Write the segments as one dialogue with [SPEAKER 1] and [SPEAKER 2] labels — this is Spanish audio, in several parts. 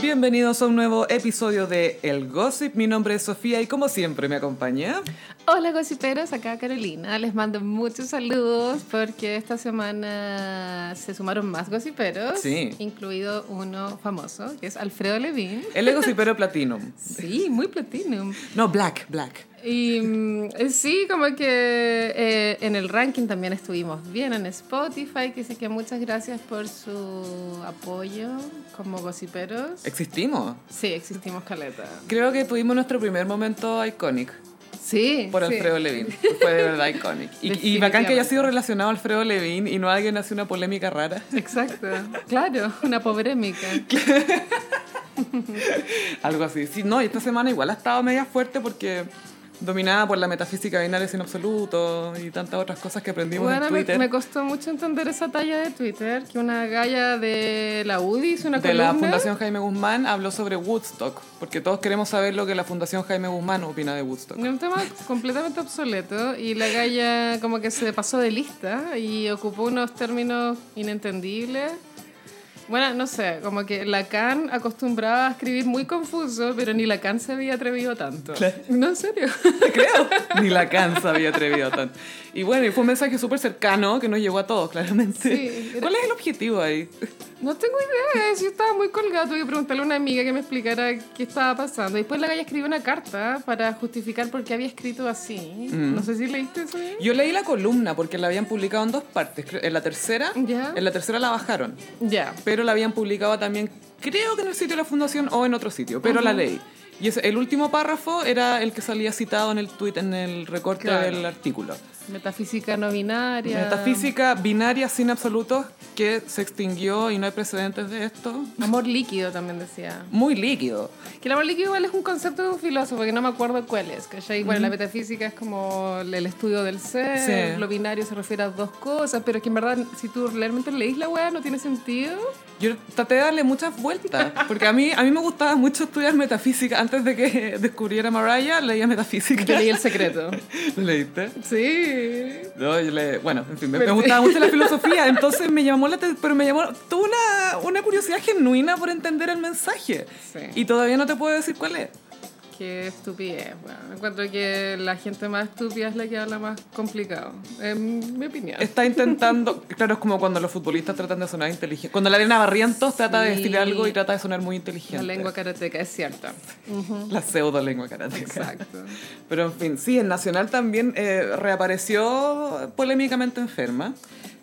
[SPEAKER 1] Bienvenidos a un nuevo episodio de El Gossip. Mi nombre es Sofía y como siempre me acompaña.
[SPEAKER 2] Hola gossiperos, acá Carolina. Les mando muchos saludos porque esta semana se sumaron más gossiperos,
[SPEAKER 1] Sí.
[SPEAKER 2] incluido uno famoso que es Alfredo Levin.
[SPEAKER 1] El Gossipero Platinum.
[SPEAKER 2] Sí, muy platinum.
[SPEAKER 1] No, Black, Black.
[SPEAKER 2] Y mm, sí, como que eh, en el ranking también estuvimos bien en Spotify, que sé que muchas gracias por su apoyo como gossiperos.
[SPEAKER 1] Existimos.
[SPEAKER 2] Sí, existimos caleta.
[SPEAKER 1] Creo que tuvimos nuestro primer momento iconic
[SPEAKER 2] Sí.
[SPEAKER 1] por
[SPEAKER 2] sí.
[SPEAKER 1] Alfredo Levin. Fue de verdad iconic. Y, y bacán que haya sido relacionado a Alfredo Levin y no alguien hace una polémica rara.
[SPEAKER 2] Exacto. Claro, una polémica.
[SPEAKER 1] Algo así. Sí, no, y esta semana igual ha estado media fuerte porque dominada por la metafísica binaria sin absoluto y tantas otras cosas que aprendimos
[SPEAKER 2] Bueno,
[SPEAKER 1] en
[SPEAKER 2] me,
[SPEAKER 1] Twitter.
[SPEAKER 2] me costó mucho entender esa talla de Twitter, que una galla de la UDI hizo una
[SPEAKER 1] de la
[SPEAKER 2] columna.
[SPEAKER 1] Fundación Jaime Guzmán habló sobre Woodstock, porque todos queremos saber lo que la Fundación Jaime Guzmán opina de Woodstock.
[SPEAKER 2] Un tema completamente obsoleto y la galla como que se pasó de lista y ocupó unos términos inentendibles. Bueno, no sé, como que Lacan acostumbraba a escribir muy confuso, pero ni Lacan se había atrevido tanto. No, en serio.
[SPEAKER 1] Te creo. Ni Lacan se había atrevido tanto. Y bueno, y fue un mensaje súper cercano que nos llegó a todos, claramente.
[SPEAKER 2] Sí, era-
[SPEAKER 1] ¿Cuál es el objetivo ahí?
[SPEAKER 2] No tengo idea, eh, yo estaba muy colgado, tuve que preguntarle a una amiga que me explicara qué estaba pasando. Después la galla escribió una carta para justificar por qué había escrito así. No sé si leíste eso. ¿eh?
[SPEAKER 1] Yo leí la columna porque la habían publicado en dos partes. Creo- En la tercera,
[SPEAKER 2] Ya.
[SPEAKER 1] en la tercera la bajaron,
[SPEAKER 2] Ya.
[SPEAKER 1] pero la habían publicado también, creo que en el sitio de la fundación o en otro sitio, pero la leí. Y ese- el último párrafo era el que salía citado en el tweet, en el recorte
[SPEAKER 2] Claro.
[SPEAKER 1] del artículo.
[SPEAKER 2] Metafísica no binaria.
[SPEAKER 1] Metafísica binaria sin absolutos que se extinguió y no hay precedentes de esto.
[SPEAKER 2] Amor líquido también decía.
[SPEAKER 1] Muy líquido.
[SPEAKER 2] Que el amor líquido igual es un concepto de un filósofo que no me acuerdo cuál es. ¿cachai? Bueno, la metafísica es como el estudio del ser,
[SPEAKER 1] Sí.
[SPEAKER 2] lo binario se refiere a dos cosas, pero es que en verdad si tú realmente leís la weá no tiene sentido.
[SPEAKER 1] Yo traté de darle muchas vueltas, porque a mí, a mí me gustaba mucho estudiar metafísica. Antes de que descubriera Mariah, leía metafísica.
[SPEAKER 2] Yo leí el secreto.
[SPEAKER 1] ¿Leíste?
[SPEAKER 2] Sí.
[SPEAKER 1] No, yo le... Bueno, en fin, me, me
[SPEAKER 2] Pero-
[SPEAKER 1] gustaba mucho la filosofía, entonces me llamó la... te- Pero me llamó... Tuve una, una curiosidad genuina por entender el mensaje.
[SPEAKER 2] Sí.
[SPEAKER 1] Y todavía no te puedo decir cuál es.
[SPEAKER 2] Qué estupidez, weón. Encuentro que la gente más estúpida es la que habla más complicado. En mi opinión.
[SPEAKER 1] Está intentando, claro, es como cuando los futbolistas tratan de sonar inteligentes. Cuando la Elena Barrientos trata de
[SPEAKER 2] Sí.
[SPEAKER 1] decir algo y trata de sonar muy inteligente.
[SPEAKER 2] La lengua karateca es cierta.
[SPEAKER 1] La pseudo lengua karateca.
[SPEAKER 2] Exacto.
[SPEAKER 1] Pero en fin, sí, en Nacional también eh, reapareció polémicamente enferma.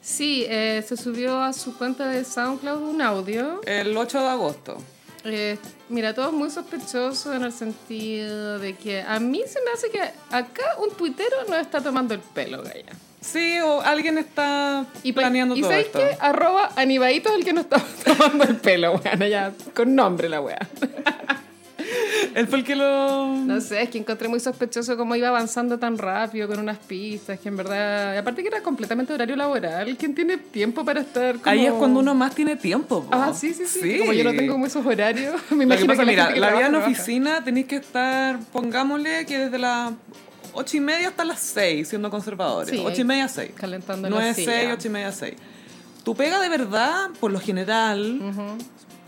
[SPEAKER 2] Sí, eh, se subió a su cuenta de SoundCloud un audio.
[SPEAKER 1] El 8 de agosto.
[SPEAKER 2] Eh, mira, todo es muy sospechoso en el sentido de que a mí se me hace que acá un tuitero nos está tomando el pelo, Gaya.
[SPEAKER 1] Sí, o alguien está
[SPEAKER 2] Y, pa-
[SPEAKER 1] planeando
[SPEAKER 2] ¿y
[SPEAKER 1] todo
[SPEAKER 2] ¿sabes
[SPEAKER 1] esto.
[SPEAKER 2] qué? Arroba Anibaito es el que nos está tomando el pelo, weón. Ya, con nombre la weá.
[SPEAKER 1] Él fue el que lo...
[SPEAKER 2] No sé, es que encontré muy sospechoso cómo iba avanzando tan rápido con unas pistas, que en verdad, aparte que era completamente horario laboral, ¿quién tiene tiempo para estar como...
[SPEAKER 1] Ahí es cuando uno más tiene tiempo. po.
[SPEAKER 2] Ah, sí, sí, sí, como yo no tengo como esos horarios, me
[SPEAKER 1] Lo que
[SPEAKER 2] imagino
[SPEAKER 1] pasa,
[SPEAKER 2] que la
[SPEAKER 1] mira,
[SPEAKER 2] gente que
[SPEAKER 1] la vida
[SPEAKER 2] trabaja,
[SPEAKER 1] en
[SPEAKER 2] trabaja.
[SPEAKER 1] oficina tenéis que estar, pongámosle que desde las ocho y media hasta las 6, siendo conservadores.
[SPEAKER 2] Sí,
[SPEAKER 1] Ocho y
[SPEAKER 2] ahí
[SPEAKER 1] media, 6.
[SPEAKER 2] calentando la
[SPEAKER 1] 9, 6,
[SPEAKER 2] silla.
[SPEAKER 1] 8 y media, 6. Tu pega de verdad, por lo general,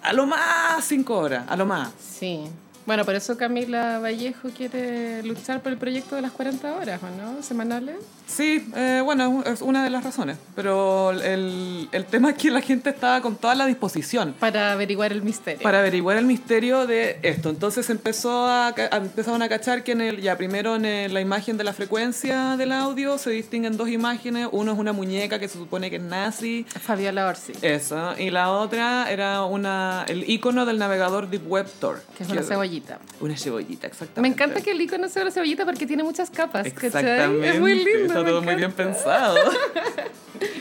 [SPEAKER 1] a lo más 5 horas, a lo más.
[SPEAKER 2] Sí. Bueno, por eso Camila Vallejo quiere luchar por el proyecto de las 40 horas, ¿o no? Semanales.
[SPEAKER 1] Sí, eh, bueno, es una de las razones. Pero el, el tema es que la gente estaba con toda la disposición.
[SPEAKER 2] Para averiguar el misterio.
[SPEAKER 1] para averiguar el misterio de esto. Entonces empezó a, ca- a- empezaron a cachar que en el, ya primero en el- la imagen de la frecuencia del audio se distinguen dos imágenes. Uno es una muñeca que se supone que es nazi.
[SPEAKER 2] Fabiola Orsi,
[SPEAKER 1] Eso. Y la otra era una, el icono del navegador Deep Web Tor.
[SPEAKER 2] que es una cebollita.
[SPEAKER 1] Una cebollita, exactamente.
[SPEAKER 2] Me encanta que el icono sea la cebollita porque tiene muchas capas, ¿cachai?
[SPEAKER 1] Exactamente.
[SPEAKER 2] Es muy lindo.
[SPEAKER 1] Está
[SPEAKER 2] me
[SPEAKER 1] todo muy
[SPEAKER 2] encanta.
[SPEAKER 1] bien pensado.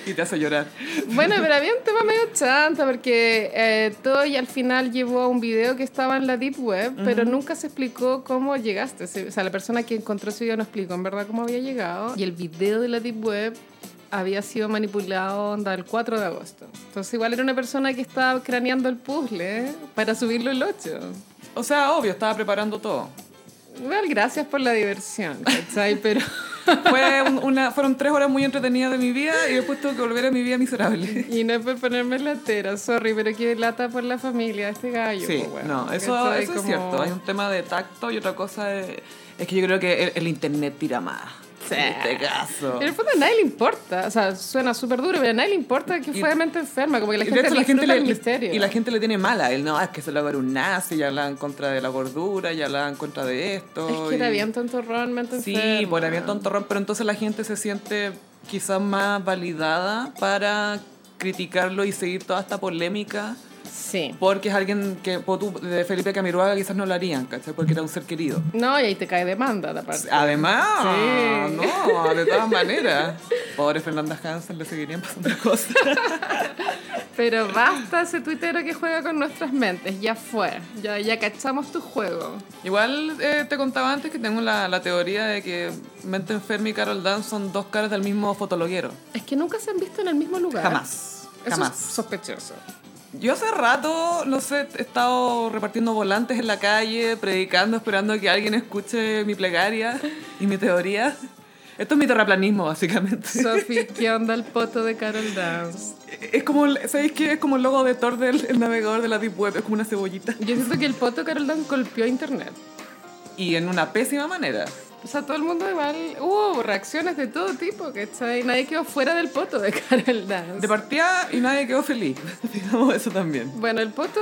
[SPEAKER 1] y te hace llorar.
[SPEAKER 2] Bueno, pero había un tema medio chanta porque eh, todo y al final llevó a un video que estaba en la Deep Web, pero nunca se explicó cómo llegaste. Se- O sea, la persona que encontró ese video no explicó en verdad cómo había llegado. Y el video de la Deep Web había sido manipulado onda, el 4 de agosto. Entonces igual era una persona que estaba craneando el puzzle ¿eh? para subirlo el 8.
[SPEAKER 1] O sea, obvio, estaba preparando todo.
[SPEAKER 2] Bueno, gracias por la diversión, ¿cachai? Pero...
[SPEAKER 1] Fue un- una, fueron tres horas muy entretenidas de mi vida y después tuve que volver a mi vida miserable.
[SPEAKER 2] Y no es por ponerme latera, sorry, pero que lata por la familia, este gallo.
[SPEAKER 1] Sí,
[SPEAKER 2] po, weón.
[SPEAKER 1] no, eso,
[SPEAKER 2] ¿Cachai?
[SPEAKER 1] eso es
[SPEAKER 2] Como-
[SPEAKER 1] cierto. Hay un tema de tacto y otra cosa de- es que yo creo que el, el internet tira más.
[SPEAKER 2] Sí.
[SPEAKER 1] En este caso.
[SPEAKER 2] En el fondo a nadie le importa, o sea, suena súper duro, pero a nadie le importa que
[SPEAKER 1] Y-
[SPEAKER 2] fue mente enferma, como que la
[SPEAKER 1] Y de
[SPEAKER 2] gente,
[SPEAKER 1] hecho, la gente
[SPEAKER 2] disfruta
[SPEAKER 1] le,
[SPEAKER 2] el
[SPEAKER 1] le-
[SPEAKER 2] misterio.
[SPEAKER 1] y la gente le tiene mala. Él no, Ah, es que se lo era un nazi, ya hablaba en contra de la gordura, ya hablaba en contra de esto.
[SPEAKER 2] Es que era
[SPEAKER 1] y-
[SPEAKER 2] bien tontorrón, mente
[SPEAKER 1] Sí, pues,
[SPEAKER 2] enferma.
[SPEAKER 1] bueno, había tontorrón, pero entonces la gente se siente quizás más validada para criticarlo y seguir toda esta polémica,
[SPEAKER 2] Sí.
[SPEAKER 1] porque es alguien que, po, tú, de Felipe Camiroaga quizás no lo harían, ¿cachai? Porque era un ser querido.
[SPEAKER 2] No, y ahí te cae demanda, aparte.
[SPEAKER 1] Además,
[SPEAKER 2] Sí.
[SPEAKER 1] no, de todas maneras. Pobre Fernanda Hansen, le seguirían pasando cosas.
[SPEAKER 2] Pero basta ese tuitero que juega con nuestras mentes, ya fue, ya, ya cachamos tu juego.
[SPEAKER 1] Igual eh, te contaba antes que tengo la, la teoría de que Mente Enferma y Carol Dance son dos caras del mismo fotologuero.
[SPEAKER 2] Es que nunca se han visto en el mismo lugar.
[SPEAKER 1] Jamás.
[SPEAKER 2] Eso
[SPEAKER 1] Jamás.
[SPEAKER 2] es sospechoso.
[SPEAKER 1] Yo hace rato, no sé, he estado repartiendo volantes en la calle, predicando, esperando que alguien escuche mi plegaria y mi teoría. Esto es mi terraplanismo, básicamente.
[SPEAKER 2] Sofi, ¿qué onda el poto de Carol Dance?
[SPEAKER 1] es como, el- ¿sabéis qué? Es como el logo de Thor del el navegador de la Deep Web, es como una cebollita.
[SPEAKER 2] Yo siento que el poto de Carol Dance golpeó internet.
[SPEAKER 1] Y en una pésima manera.
[SPEAKER 2] O sea, todo el mundo igual hubo reacciones de todo tipo, ¿cachai? Nadie quedó fuera del poto de Carol Dance.
[SPEAKER 1] De partida y nadie quedó feliz. Digamos eso también.
[SPEAKER 2] Bueno, el poto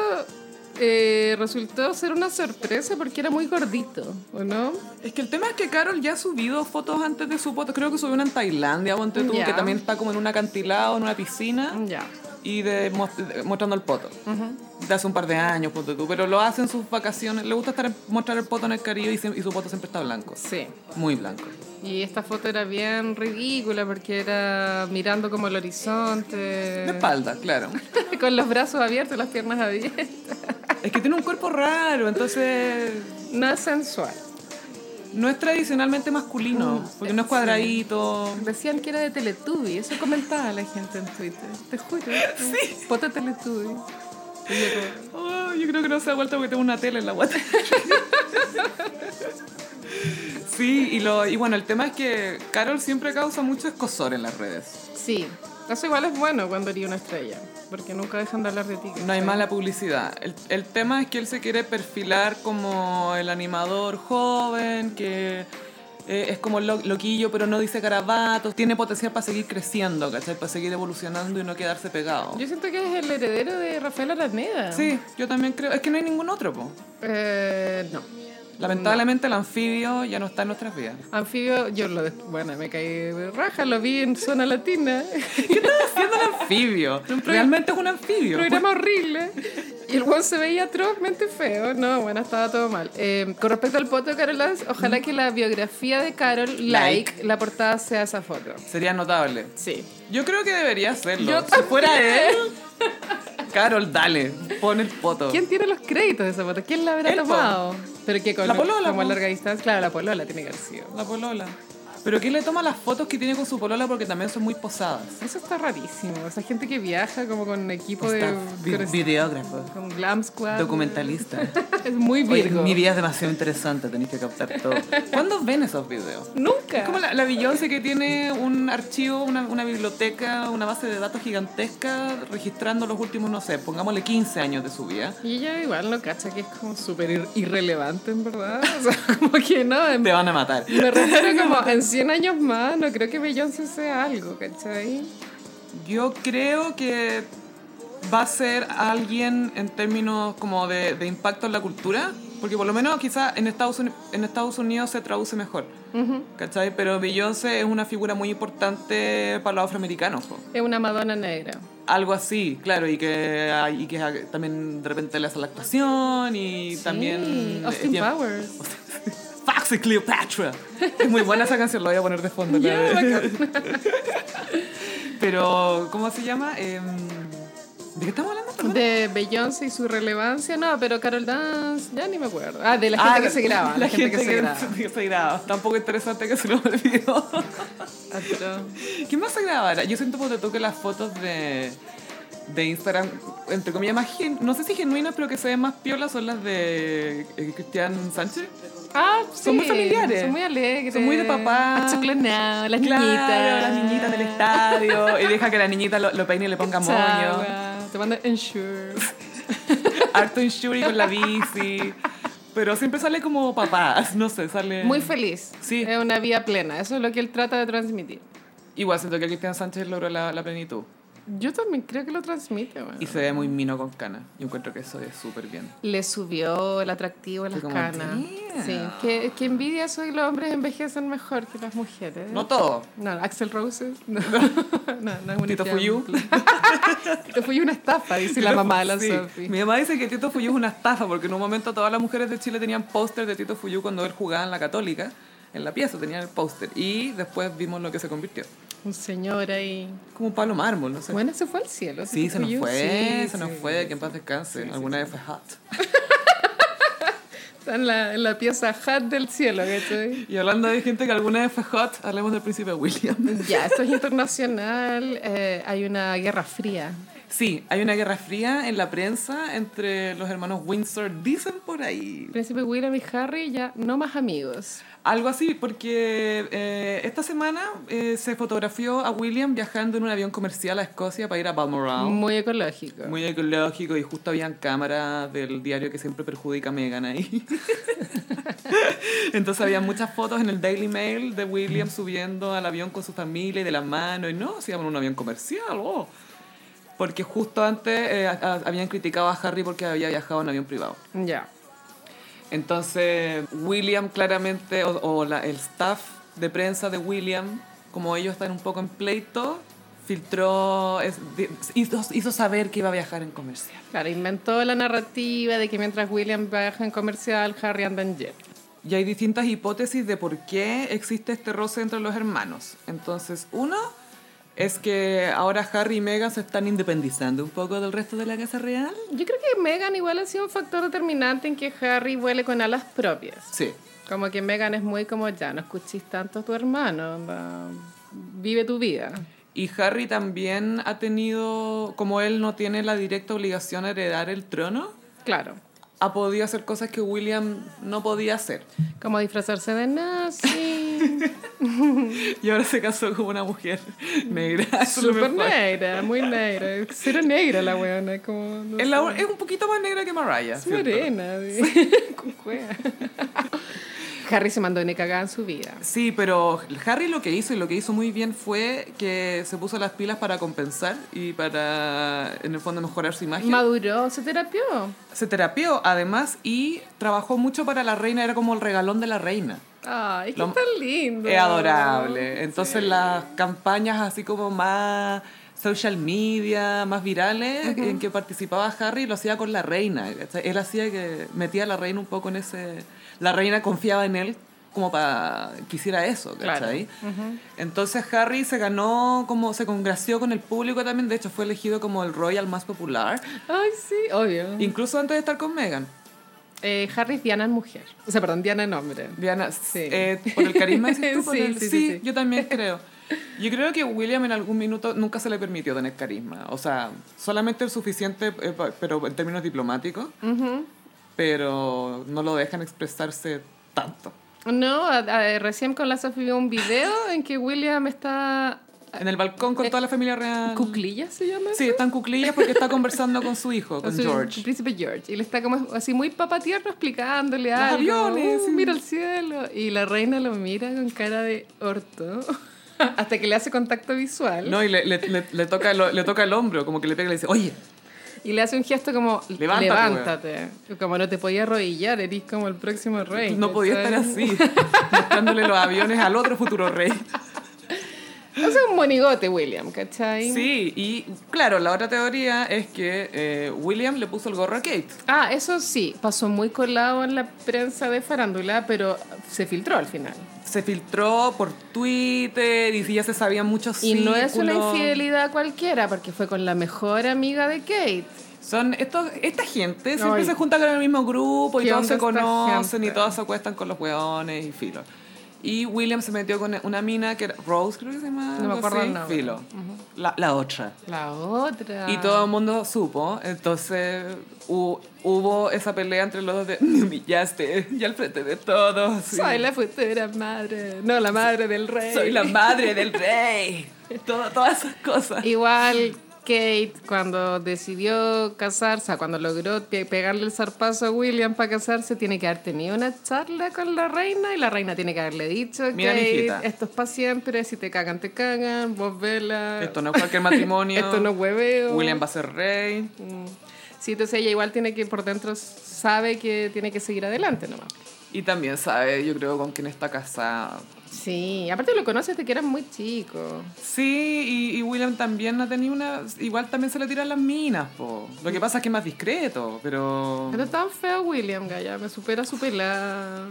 [SPEAKER 2] eh, resultó ser una sorpresa porque era muy gordito, ¿o no?
[SPEAKER 1] Es que el tema es que Carol ya ha subido fotos antes de su foto. Creo que subió una en Tailandia, o tú,
[SPEAKER 2] Ya.
[SPEAKER 1] que también está como en un acantilado, en una piscina.
[SPEAKER 2] Ya.
[SPEAKER 1] y de, mos- de- mostrando el poto. De hace un par de años, ponte tú, pero lo hace en sus vacaciones. Le gusta estar en- mostrar el poto en el Caribe y, se- y su poto siempre está blanco.
[SPEAKER 2] Sí.
[SPEAKER 1] Muy blanco.
[SPEAKER 2] Y esta foto era bien ridícula porque era mirando como el horizonte.
[SPEAKER 1] De espalda, claro.
[SPEAKER 2] Con los brazos abiertos, las piernas abiertas.
[SPEAKER 1] es que tiene un cuerpo raro, entonces
[SPEAKER 2] No es sensual.
[SPEAKER 1] no es tradicionalmente masculino, porque no es cuadradito.
[SPEAKER 2] Decían que era de Teletubby, eso comentaba la gente en Twitter. Te juro. Sí. Foto de Teletubby. Y yo como,
[SPEAKER 1] Oh, yo creo que no se ha vuelto porque tengo una tele en la guata. sí, y, lo, y bueno, el tema es que Carol siempre causa mucho escosor en las redes.
[SPEAKER 2] Sí. Eso igual es bueno cuando eres una estrella, porque nunca dejan de hablar de ti. ¿cachai?
[SPEAKER 1] No hay mala publicidad. El, el tema es que él se quiere perfilar como el animador joven, que eh, es como lo- loquillo, pero no dice garabatos. Tiene potencial para seguir creciendo, ¿cachai? Para seguir evolucionando y no quedarse pegado.
[SPEAKER 2] Yo siento que es el heredero de Rafael Araneda.
[SPEAKER 1] Sí, yo también creo. Es que no hay ningún otro, po.
[SPEAKER 2] Eh, no.
[SPEAKER 1] Lamentablemente el anfibio ya no está en nuestras vidas.
[SPEAKER 2] Anfibio, yo lo. des- Bueno, me caí de raja, lo vi en zona latina.
[SPEAKER 1] Siendo el anfibio. Realmente es un anfibio.
[SPEAKER 2] programa horrible. Y el weón se veía atrozmente feo. No, bueno, estaba todo mal. Eh, con respecto al foto de Carol Dance, ojalá que la biografía de Carol, like,
[SPEAKER 1] Like.
[SPEAKER 2] la portada sea esa foto.
[SPEAKER 1] Sería notable.
[SPEAKER 2] Sí.
[SPEAKER 1] Yo creo que debería hacerlo.
[SPEAKER 2] Yo
[SPEAKER 1] si fuera él, Carol, dale, pon el poto.
[SPEAKER 2] ¿Quién tiene los créditos de esa foto? ¿Quién la habrá
[SPEAKER 1] Él, po.
[SPEAKER 2] tomado? Pero que con
[SPEAKER 1] La polola,
[SPEAKER 2] como a
[SPEAKER 1] po.
[SPEAKER 2] larga distancia, claro, la polola tiene que haber sido.
[SPEAKER 1] La polola. Pero ¿quién le toma las fotos que tiene con su polola? Porque también son muy posadas.
[SPEAKER 2] Eso está rarísimo. Esa gente que viaja como con equipo de. con-
[SPEAKER 1] videógrafo.
[SPEAKER 2] Con Glam Squad.
[SPEAKER 1] Documentalista.
[SPEAKER 2] Es muy
[SPEAKER 1] Oye,
[SPEAKER 2] virgo.
[SPEAKER 1] mi vida es demasiado interesante, tenéis que captar todo. ¿Cuándo ven esos videos?
[SPEAKER 2] Nunca.
[SPEAKER 1] Es como la, la Beyoncé que tiene un archivo, una, una biblioteca, una base de datos gigantesca registrando los últimos, no sé, pongámosle 15 años de su vida.
[SPEAKER 2] Y ella igual lo cacha que es como súper ir- irrelevante, en verdad. O sea, como que no, en-
[SPEAKER 1] Te van a matar.
[SPEAKER 2] me refiero como en 100 años más, no creo que Beyoncé sea algo, ¿cachai?
[SPEAKER 1] Yo creo que va a ser alguien en términos como de, de impacto en la cultura, porque por lo menos quizás en Estados, Uni- en Estados Unidos se traduce mejor, ¿cachai? Pero Beyoncé es una figura muy importante para los afroamericanos, po.
[SPEAKER 2] Es una Madonna negra.
[SPEAKER 1] algo así, claro, y que, y que también de repente le hace la actuación y también... eh,
[SPEAKER 2] Austin
[SPEAKER 1] es bien-
[SPEAKER 2] Powers.
[SPEAKER 1] Foxy Cleopatra. Es muy buena esa canción, la voy a poner de fondo. la-
[SPEAKER 2] Ya,
[SPEAKER 1] Pero, ¿cómo se llama? Em, ¿De qué estamos hablando? perdón?
[SPEAKER 2] De Beyoncé y su relevancia, no, pero Carol Dance, ya ni me acuerdo. Ah, de la gente
[SPEAKER 1] Ah,
[SPEAKER 2] que se graba. La, gente, que, se graba.
[SPEAKER 1] que se graba. Tampoco interesante que se lo olvidó.
[SPEAKER 2] Ah, pero-
[SPEAKER 1] ¿Quién más se grabara? Yo siento porque toque las fotos de, de Instagram, entre comillas, más gen- no sé si genuinas, pero que se ven más piolas son las de eh, Cristian Sánchez.
[SPEAKER 2] Ah, sí.
[SPEAKER 1] Son muy familiares.
[SPEAKER 2] Son muy alegres.
[SPEAKER 1] Son muy de papá.
[SPEAKER 2] Achoclonados, las
[SPEAKER 1] Claro,
[SPEAKER 2] niñitas.
[SPEAKER 1] las niñitas del estadio. Y deja que la niñita lo, lo peine y le ponga moño.
[SPEAKER 2] Chagua, Te manda ensure.
[SPEAKER 1] Harto Shuri con la bici. Pero siempre sale como papás, no sé, sale...
[SPEAKER 2] Muy feliz.
[SPEAKER 1] Sí.
[SPEAKER 2] Es una vida plena. Eso es lo que él trata de transmitir.
[SPEAKER 1] Igual siento que Cristian Sánchez logró la, la plenitud.
[SPEAKER 2] Yo también creo que lo transmite, weón.
[SPEAKER 1] Y se ve muy mino con cana. Yo encuentro que eso es súper bien.
[SPEAKER 2] Le subió el atractivo a las
[SPEAKER 1] Fue como,
[SPEAKER 2] canas.
[SPEAKER 1] "Damn".
[SPEAKER 2] Sí. Que, que envidia eso de que los hombres envejecen mejor que las mujeres.
[SPEAKER 1] No todo.
[SPEAKER 2] No, Axel Rose. No, no, no es un
[SPEAKER 1] Tito Fuyu.
[SPEAKER 2] ejemplo. Tito Fuyu una estafa, dice la mamá de la
[SPEAKER 1] Sí.
[SPEAKER 2] Sophie.
[SPEAKER 1] Mi mamá dice que Tito Fuyú es una estafa porque en un momento todas las mujeres de Chile tenían póster de Tito Fuyú cuando él jugaba en la Católica. En la pieza tenían el póster. Y después vimos lo que se convirtió.
[SPEAKER 2] Un señor ahí.
[SPEAKER 1] Como un palo mármol, no sé.
[SPEAKER 2] Bueno, se fue al cielo.
[SPEAKER 1] sí,
[SPEAKER 2] Tito
[SPEAKER 1] se nos
[SPEAKER 2] Fuyu.
[SPEAKER 1] fue,
[SPEAKER 2] Sí,
[SPEAKER 1] se nos
[SPEAKER 2] sí.
[SPEAKER 1] fue. Que en paz descanse.
[SPEAKER 2] Sí, sí,
[SPEAKER 1] Alguna vez fue hot.
[SPEAKER 2] Está en la, en la pieza hat del cielo, ¿cachai?
[SPEAKER 1] Y hablando de gente que alguna vez fue hot, hablemos del príncipe William.
[SPEAKER 2] Ya, esto es internacional. eh, hay una guerra fría.
[SPEAKER 1] Sí, hay una guerra fría en la prensa entre los hermanos Windsor. Dicen por ahí,
[SPEAKER 2] Príncipe William y Harry ya no más amigos.
[SPEAKER 1] Algo así, porque eh, esta semana eh, se fotografió a William viajando en un avión comercial a Escocia para ir a Balmoral.
[SPEAKER 2] Muy ecológico.
[SPEAKER 1] Muy ecológico y justo habían cámaras del diario que siempre perjudica a Meghan ahí. Entonces había muchas fotos en el Daily Mail de William subiendo al avión con su familia y de la mano y no, se en un avión comercial. oh. Porque justo antes eh, a- a- habían criticado a Harry porque había viajado en avión privado.
[SPEAKER 2] Ya.
[SPEAKER 1] Entonces, William claramente, o, o la- el staff de prensa de William, como ellos están un poco en pleito, filtró, es- di- hizo, hizo saber que iba a viajar en comercial.
[SPEAKER 2] Claro, inventó la narrativa de que mientras William viaja en comercial, Harry anda en jet.
[SPEAKER 1] Y hay distintas hipótesis de por qué existe este roce entre los hermanos. Entonces, uno es que ahora Harry y Meghan se están independizando un poco del resto de la casa real.
[SPEAKER 2] Yo creo que Megan igual ha sido un factor determinante en que Harry vuele con alas propias.
[SPEAKER 1] Sí.
[SPEAKER 2] Como que Megan es muy como ya, no escuchís tanto a tu hermano, onda, vive tu vida.
[SPEAKER 1] Y Harry también ha tenido, como él no tiene la directa obligación a heredar el trono,
[SPEAKER 2] Claro.
[SPEAKER 1] ha podido hacer cosas que William no podía hacer.
[SPEAKER 2] Como disfrazarse de nazi,
[SPEAKER 1] Y ahora se casó con una mujer negra. Eso es lo
[SPEAKER 2] súper
[SPEAKER 1] mejor.
[SPEAKER 2] negra, muy negra. Cero negra la weona, como... no
[SPEAKER 1] Es, la-
[SPEAKER 2] sé.
[SPEAKER 1] es un poquito más negra que Mariah.
[SPEAKER 2] Es
[SPEAKER 1] ¿cierto?
[SPEAKER 2] morena, sí, con cueva. Harry se mandó una cagada en su vida.
[SPEAKER 1] Sí, pero Harry lo que hizo y lo que hizo muy bien fue que se puso las pilas para compensar y para, en el fondo, mejorar su imagen.
[SPEAKER 2] Maduró, se terapió.
[SPEAKER 1] se terapió, además, y trabajó mucho para la reina. Era como el regalón de la reina.
[SPEAKER 2] Ay, qué
[SPEAKER 1] Lo-
[SPEAKER 2] tan lindo.
[SPEAKER 1] Es adorable. Entonces las campañas así como más social media, más virales, en que participaba Harry, lo hacía con la reina. ¿cachai? Él hacía que metía a la reina un poco en ese... La reina confiaba en él como para que hiciera eso, ¿cachai? Entonces Harry se ganó, como se congració con el público también, de hecho fue elegido como el royal más popular,
[SPEAKER 2] Ay, sí, obvio.
[SPEAKER 1] incluso antes de estar con Meghan.
[SPEAKER 2] Eh, Harry es Diana en mujer. O sea, perdón, Diana en hombre.
[SPEAKER 1] Diana,
[SPEAKER 2] Sí.
[SPEAKER 1] eh, por el carisma dices tú, por
[SPEAKER 2] Sí,
[SPEAKER 1] el-
[SPEAKER 2] sí, sí, sí.
[SPEAKER 1] yo también creo. Yo creo que William en algún minuto nunca se le permitió tener carisma. O sea, solamente el suficiente, eh, pa- pero en términos diplomáticos, pero no lo dejan expresarse tanto.
[SPEAKER 2] No, a- a- recién con la Sophie vi un video en que William está...
[SPEAKER 1] En el balcón con toda la familia real.
[SPEAKER 2] ¿Cuclilla se llama?
[SPEAKER 1] Sí, están cuclillas porque está conversando con su hijo, con
[SPEAKER 2] O sea,
[SPEAKER 1] George.
[SPEAKER 2] El príncipe George. Y le está como así muy papá tierno explicándole
[SPEAKER 1] Los
[SPEAKER 2] algo.
[SPEAKER 1] aviones,
[SPEAKER 2] "Uh,
[SPEAKER 1] sí.
[SPEAKER 2] Mira el cielo. Y la reina lo mira con cara de orto. Hasta que le hace contacto visual.
[SPEAKER 1] No, y le, le- le- le toca el, o- le toca el hombro, como que le pega y le dice, oye,
[SPEAKER 2] Y le hace un gesto como,
[SPEAKER 1] Levántate,
[SPEAKER 2] levántate. Como no te podía arrodillar, eres como el próximo rey.
[SPEAKER 1] no podía
[SPEAKER 2] ¿cachai?
[SPEAKER 1] estar así, mostrándole los aviones al otro futuro rey.
[SPEAKER 2] Hace un monigote, William, ¿cachai?
[SPEAKER 1] Sí, y claro, la otra teoría es que eh, William le puso el gorro a Kate.
[SPEAKER 2] Ah, eso sí, pasó muy colado en la prensa de farándula, pero se filtró al final.
[SPEAKER 1] Se filtró por Twitter y sí, ya se sabían muchos
[SPEAKER 2] Y no es una
[SPEAKER 1] círculos.
[SPEAKER 2] infidelidad cualquiera, porque fue con la mejor amiga de Kate.
[SPEAKER 1] Son estos, esta gente siempre
[SPEAKER 2] Ay.
[SPEAKER 1] se junta con el mismo grupo y
[SPEAKER 2] ¿Qué
[SPEAKER 1] todos
[SPEAKER 2] onda
[SPEAKER 1] se
[SPEAKER 2] esta
[SPEAKER 1] conocen y
[SPEAKER 2] gente?
[SPEAKER 1] todos se acuestan con los hueones y filo. Y William se metió con una mina que era Rose, creo que se llama.
[SPEAKER 2] No me
[SPEAKER 1] algo
[SPEAKER 2] acuerdo
[SPEAKER 1] así,
[SPEAKER 2] el nombre.
[SPEAKER 1] Filo. la, la otra.
[SPEAKER 2] La otra.
[SPEAKER 1] Y todo el mundo supo, entonces hu- hubo esa pelea entre los dos de me humillaste y al frente de todos. y
[SPEAKER 2] Soy la futura madre. No, la madre del rey.
[SPEAKER 1] soy la madre del rey. Todo- todas esas cosas.
[SPEAKER 2] Igual Kate cuando decidió casarse, o sea, cuando logró pe- pegarle el zarpazo a William para casarse, tiene que haber tenido una charla con la reina y la reina tiene que haberle dicho,
[SPEAKER 1] Mira,
[SPEAKER 2] Kate,
[SPEAKER 1] mijita.
[SPEAKER 2] esto es para siempre, si te cagan, te cagan, vos vela.
[SPEAKER 1] Esto no es cualquier matrimonio.
[SPEAKER 2] Esto no es hueveo.
[SPEAKER 1] William va a ser rey.
[SPEAKER 2] Sí, entonces ella igual tiene que, por dentro, sabe que tiene que seguir adelante nomás.
[SPEAKER 1] Y también sabe, yo creo, con quién está casada.
[SPEAKER 2] Sí, aparte lo conoces desde que eras muy chico.
[SPEAKER 1] Sí, y, y William también ha tenido una... Igual también se le tiran las minas, po. Lo que pasa es que es más discreto, pero...
[SPEAKER 2] Pero tan feo William, Gaya, me supera su pelada.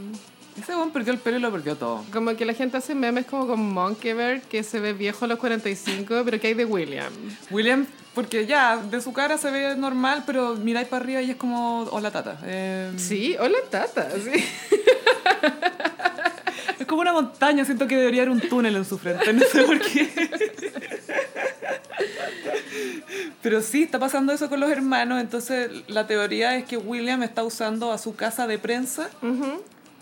[SPEAKER 1] Ese buen perdió el pelo y lo perdió todo.
[SPEAKER 2] Como que la gente hace memes como con Monkey Bear, que se ve viejo a los 45, pero que hay de William.
[SPEAKER 1] William, porque ya, de su cara se ve normal, pero miráis para arriba y es como, hola tata. Eh,
[SPEAKER 2] Sí, hola tata, sí.
[SPEAKER 1] Es como una montaña, siento que debería haber un túnel en su frente, no sé por qué. Pero sí, está pasando eso con los hermanos, entonces la teoría es que William está usando a su casa de prensa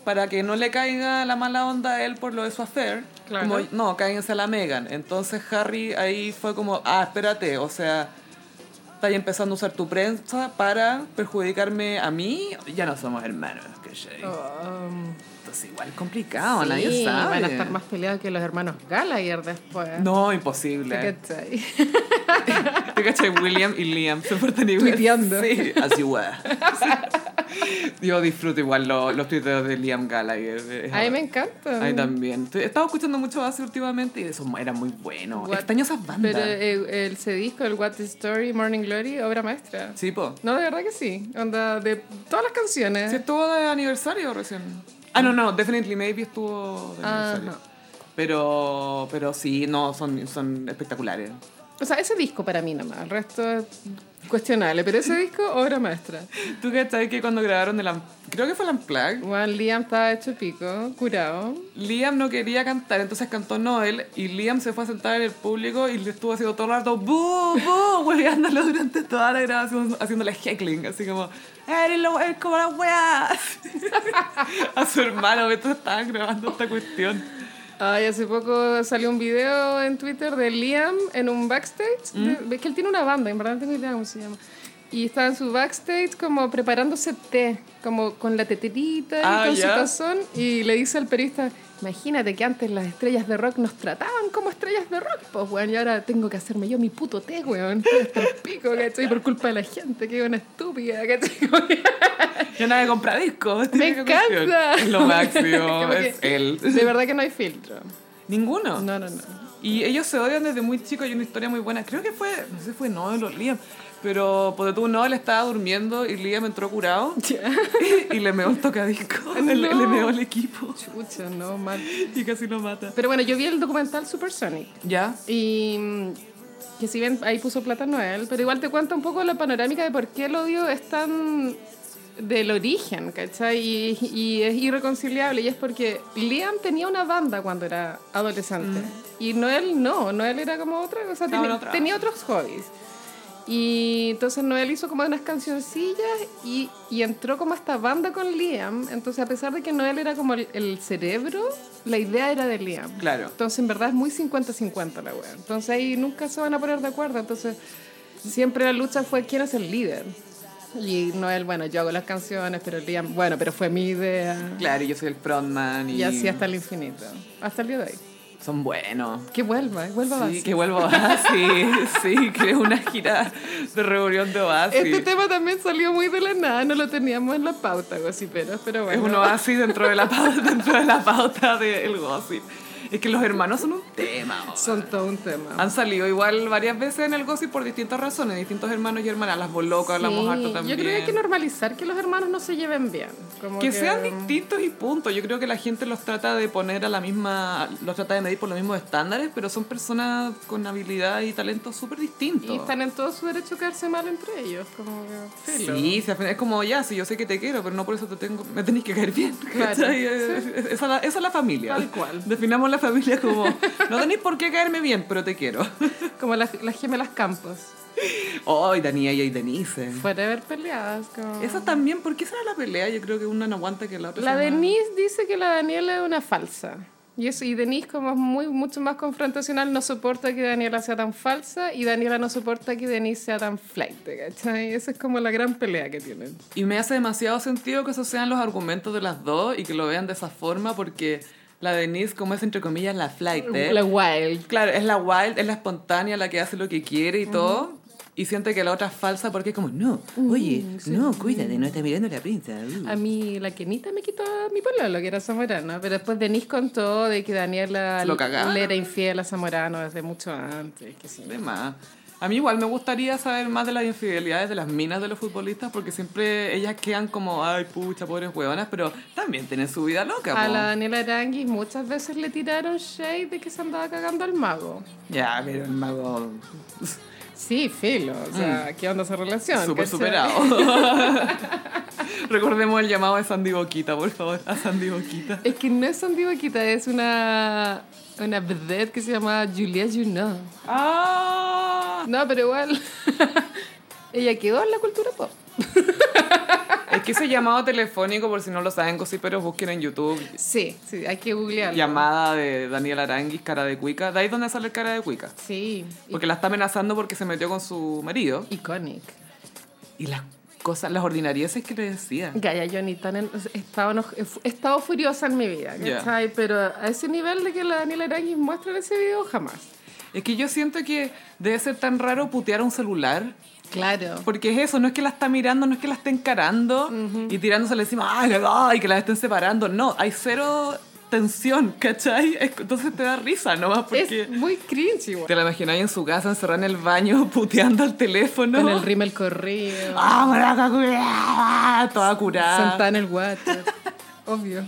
[SPEAKER 1] para que no le caiga la mala onda a él por lo de su affair.
[SPEAKER 2] Claro.
[SPEAKER 1] Como, no, cáguense a la Megan. Entonces Harry ahí fue como, ah, espérate, o sea, estáis empezando a usar tu prensa para perjudicarme a mí. Ya no somos hermanos, que
[SPEAKER 2] Um,
[SPEAKER 1] Entonces igual complicado,
[SPEAKER 2] sí,
[SPEAKER 1] ah, nadie sabe.
[SPEAKER 2] Van a estar más peleados que los hermanos Gallagher después.
[SPEAKER 1] No,
[SPEAKER 2] ¿Te
[SPEAKER 1] imposible.
[SPEAKER 2] cachai?
[SPEAKER 1] ¿Te cachai? William y Liam se portan igual.
[SPEAKER 2] Tuiteando.
[SPEAKER 1] Sí, así weá. Sí. Yo disfruto igual lo- los tuiteos de Liam Gallagher.
[SPEAKER 2] A mí me encanta.
[SPEAKER 1] A mí también. Estoy- He estado escuchando mucho Bass últimamente y eso era muy bueno.
[SPEAKER 2] What-
[SPEAKER 1] Extraño esas bandas.
[SPEAKER 2] Pero eh, el, ese disco, el What the Story, Morning Glory, obra maestra.
[SPEAKER 1] Sí, po.
[SPEAKER 2] No, de verdad que sí. Onda, de todas las canciones.
[SPEAKER 1] Sí, estuvo de aniversario recién. Ah, no, no, Definitely Maybe estuvo de
[SPEAKER 2] Ajá.
[SPEAKER 1] aniversario. Pero, pero sí, no, son, son espectaculares.
[SPEAKER 2] O sea, ese disco para mí nomás, el resto es cuestionable, pero ese disco, obra maestra.
[SPEAKER 1] ¿Tú cachai que cuando grabaron el... Am- Creo que fue el Unplugged.
[SPEAKER 2] Juan Liam estaba hecho pico, curado.
[SPEAKER 1] Liam no quería cantar, entonces cantó Noel y Liam se fue a sentar en el público y le estuvo haciendo todo el rato ¡Bú, bú! hueveándolo durante toda la grabación, haciéndole heckling, así como ¡Eres lo eres como la weá! a su hermano, mientras estaban grabando esta cuestión.
[SPEAKER 2] Ay, hace poco salió un video en Twitter de Liam en un backstage. de-
[SPEAKER 1] Mm.
[SPEAKER 2] es que él tiene una banda, en verdad no tengo idea cómo se llama. Y estaba en su backstage como preparándose té, como con la teterita y
[SPEAKER 1] Ah,
[SPEAKER 2] con su
[SPEAKER 1] ya.
[SPEAKER 2] tazón. Y le dice al periodista, imagínate que antes las estrellas de rock nos trataban como estrellas de rock, pues, weón. Y ahora tengo que hacerme yo mi puto té, weón. Estoy hasta el pico, ¿cachai? Por culpa de la gente, que es una estúpida, ¿cachai? Como que-
[SPEAKER 1] Yo nada de comprar discos.
[SPEAKER 2] ¡Me
[SPEAKER 1] típica cuestión.
[SPEAKER 2] encanta!
[SPEAKER 1] Es lo máximo,
[SPEAKER 2] Como que-
[SPEAKER 1] es él.
[SPEAKER 2] De verdad que no hay filtro.
[SPEAKER 1] Ninguno.
[SPEAKER 2] No, no, no.
[SPEAKER 1] Y ellos se odian desde muy chicos, hay una historia muy buena. Creo que fue, no sé si fue Noel o Liam, pero porque tú Noel estaba durmiendo y Liam entró curado y le meó el tocadisco,
[SPEAKER 2] No.
[SPEAKER 1] le, le meó el equipo
[SPEAKER 2] Chucha, no, mal.
[SPEAKER 1] y casi lo mata.
[SPEAKER 2] Pero bueno, yo vi el documental Supersonic
[SPEAKER 1] ¿Ya?
[SPEAKER 2] y mm, que si bien ahí puso plata Noel, pero igual te cuenta un poco la panorámica de por qué el odio es tan del origen, ¿cachai? Y, y es irreconciliable y es porque Liam tenía una banda cuando era adolescente y Noel no, Noel era como otra cosa,
[SPEAKER 1] Mm. Estaba en
[SPEAKER 2] tenía,
[SPEAKER 1] otra.
[SPEAKER 2] tenía otros hobbies. Y entonces Noel hizo como unas cancioncillas y, y entró como a esta banda con Liam. Entonces, a pesar de que Noel era como el, el cerebro, la idea era de Liam.
[SPEAKER 1] Claro.
[SPEAKER 2] Entonces, en verdad es muy 50-50 la wea. Entonces, ahí nunca se van a poner de acuerdo. Entonces, siempre la lucha fue quién es el líder. Y Noel, bueno, yo hago las canciones, pero Liam, bueno, pero fue mi idea.
[SPEAKER 1] Claro, y yo soy el frontman y,
[SPEAKER 2] Y así hasta el infinito. Hasta el día de hoy.
[SPEAKER 1] son buenos.
[SPEAKER 2] Que vuelva, que vuelva
[SPEAKER 1] Sí,
[SPEAKER 2] Bass.
[SPEAKER 1] que vuelvo a Oasis, sí, que es una gira de reunión de Oasis.
[SPEAKER 2] Este tema también salió muy de la nada, no lo teníamos en la pauta, gossiperos, pero
[SPEAKER 1] Es
[SPEAKER 2] bueno.
[SPEAKER 1] un oasis dentro de la pauta, dentro de la pauta del gossip. Es que los hermanos son un tema. weón.
[SPEAKER 2] Son todo un tema.
[SPEAKER 1] Han salido igual varias veces en el gossip por distintas razones, distintos hermanos y hermanas. Las bolocas, hablamos
[SPEAKER 2] Sí,
[SPEAKER 1] harto también.
[SPEAKER 2] Yo creo que hay que normalizar que los hermanos no se lleven bien. Como mm.
[SPEAKER 1] Que sean distintos y punto. Yo creo que la gente los trata de poner a la misma, los trata de medir por los mismos estándares, pero son personas con habilidad y talento súper distintos.
[SPEAKER 2] Y están en todo su derecho a quedarse mal entre ellos. Como que, filo.
[SPEAKER 1] Sí, si al final es como, ya, si yo sé que te quiero, pero no por eso te tengo, me tenés que caer bien.
[SPEAKER 2] Claro,
[SPEAKER 1] ¿cachai? Eh, Esa, es la- esa es la familia.
[SPEAKER 2] Tal cual.
[SPEAKER 1] Definamos la familia como, no tenés por qué caerme bien, pero te quiero.
[SPEAKER 2] Como las, las gemelas Campos.
[SPEAKER 1] Ay, Daniela y Denise.
[SPEAKER 2] Forever peleadas. Como...
[SPEAKER 1] Esa también, ¿por qué será la pelea? Yo creo que una no aguanta que la otra.
[SPEAKER 2] La
[SPEAKER 1] sea más-
[SPEAKER 2] Denise dice que la Daniela es una falsa. Y, eso, y Denise, como es muy, mucho más confrontacional, no soporta que Daniela sea tan falsa y Daniela no soporta que Denise sea tan flight, ¿cachai? Esa es como la gran pelea que tienen.
[SPEAKER 1] Y me hace demasiado sentido que esos sean los argumentos de las dos y que lo vean de esa forma porque la Denise, como es entre comillas la flight, ¿eh?
[SPEAKER 2] La wild.
[SPEAKER 1] claro, es la wild, es la espontánea, la que hace lo que quiere y todo. Y siente que la otra es falsa porque es como, no, oye, no, cuídate, no estás mirando la prensa. uh".
[SPEAKER 2] A mí la Kenita me quitó a mi pololo, que era Zamorano. Pero después Denise contó de que Daniela
[SPEAKER 1] Se lo cagaba.
[SPEAKER 2] le era infiel a Zamorano desde mucho antes. Que sí.
[SPEAKER 1] De más. A mí igual me gustaría saber más de las infidelidades de las minas de los futbolistas porque siempre ellas quedan como, ay, pucha, pobres hueonas, pero también tienen su vida loca.
[SPEAKER 2] A
[SPEAKER 1] po.
[SPEAKER 2] la Daniela Aranguis muchas veces le tiraron shade de que se andaba cagando al mago.
[SPEAKER 1] Ya, pero el mago
[SPEAKER 2] Sí, filo. O sea, ¿qué onda esa relación?
[SPEAKER 1] Mm. súper
[SPEAKER 2] ¿cachai?
[SPEAKER 1] superado. Recordemos el llamado de Sandy Boquita, por favor, a Sandy Boquita.
[SPEAKER 2] Es que no es Sandy Vaquita, es una, una vedette que se llama Julia Junot.
[SPEAKER 1] ¡Ah!
[SPEAKER 2] No, pero igual. Ella quedó en la cultura pop.
[SPEAKER 1] Es que ese llamado telefónico, por si no lo saben, pero busquen en YouTube.
[SPEAKER 2] Sí, sí, hay que googlearlo.
[SPEAKER 1] Llamada de Daniel Aranguis, cara de cuica. De ahí es donde sale el cara de cuica.
[SPEAKER 2] Sí,
[SPEAKER 1] Porque la está amenazando porque se metió con su marido.
[SPEAKER 2] iconic.
[SPEAKER 1] Y las cosas, las ordinarieces que le decía.
[SPEAKER 2] Gaya Johnny tan en- he, estado, enoj- he estado furiosa en mi vida,
[SPEAKER 1] Ya.
[SPEAKER 2] ¿cachai? Pero a ese nivel de que la Daniela Aranguis muestra en ese video, jamás.
[SPEAKER 1] Es que yo siento que debe ser tan raro putear un celular.
[SPEAKER 2] Claro.
[SPEAKER 1] Porque es eso, no es que la está mirando, no es que la está encarando y tirándosele encima, ay, ay, que la estén separando. No, hay cero tensión, ¿cachai? Es- Entonces te da risa nomás porque
[SPEAKER 2] Es muy cringe igual.
[SPEAKER 1] te la imagináis en su casa encerrada en el baño puteando al teléfono.
[SPEAKER 2] Con el rímel corrido.
[SPEAKER 1] ¡Ah, maraca, curada! Toda curada.
[SPEAKER 2] Sentada en el water. Ah, Obvio.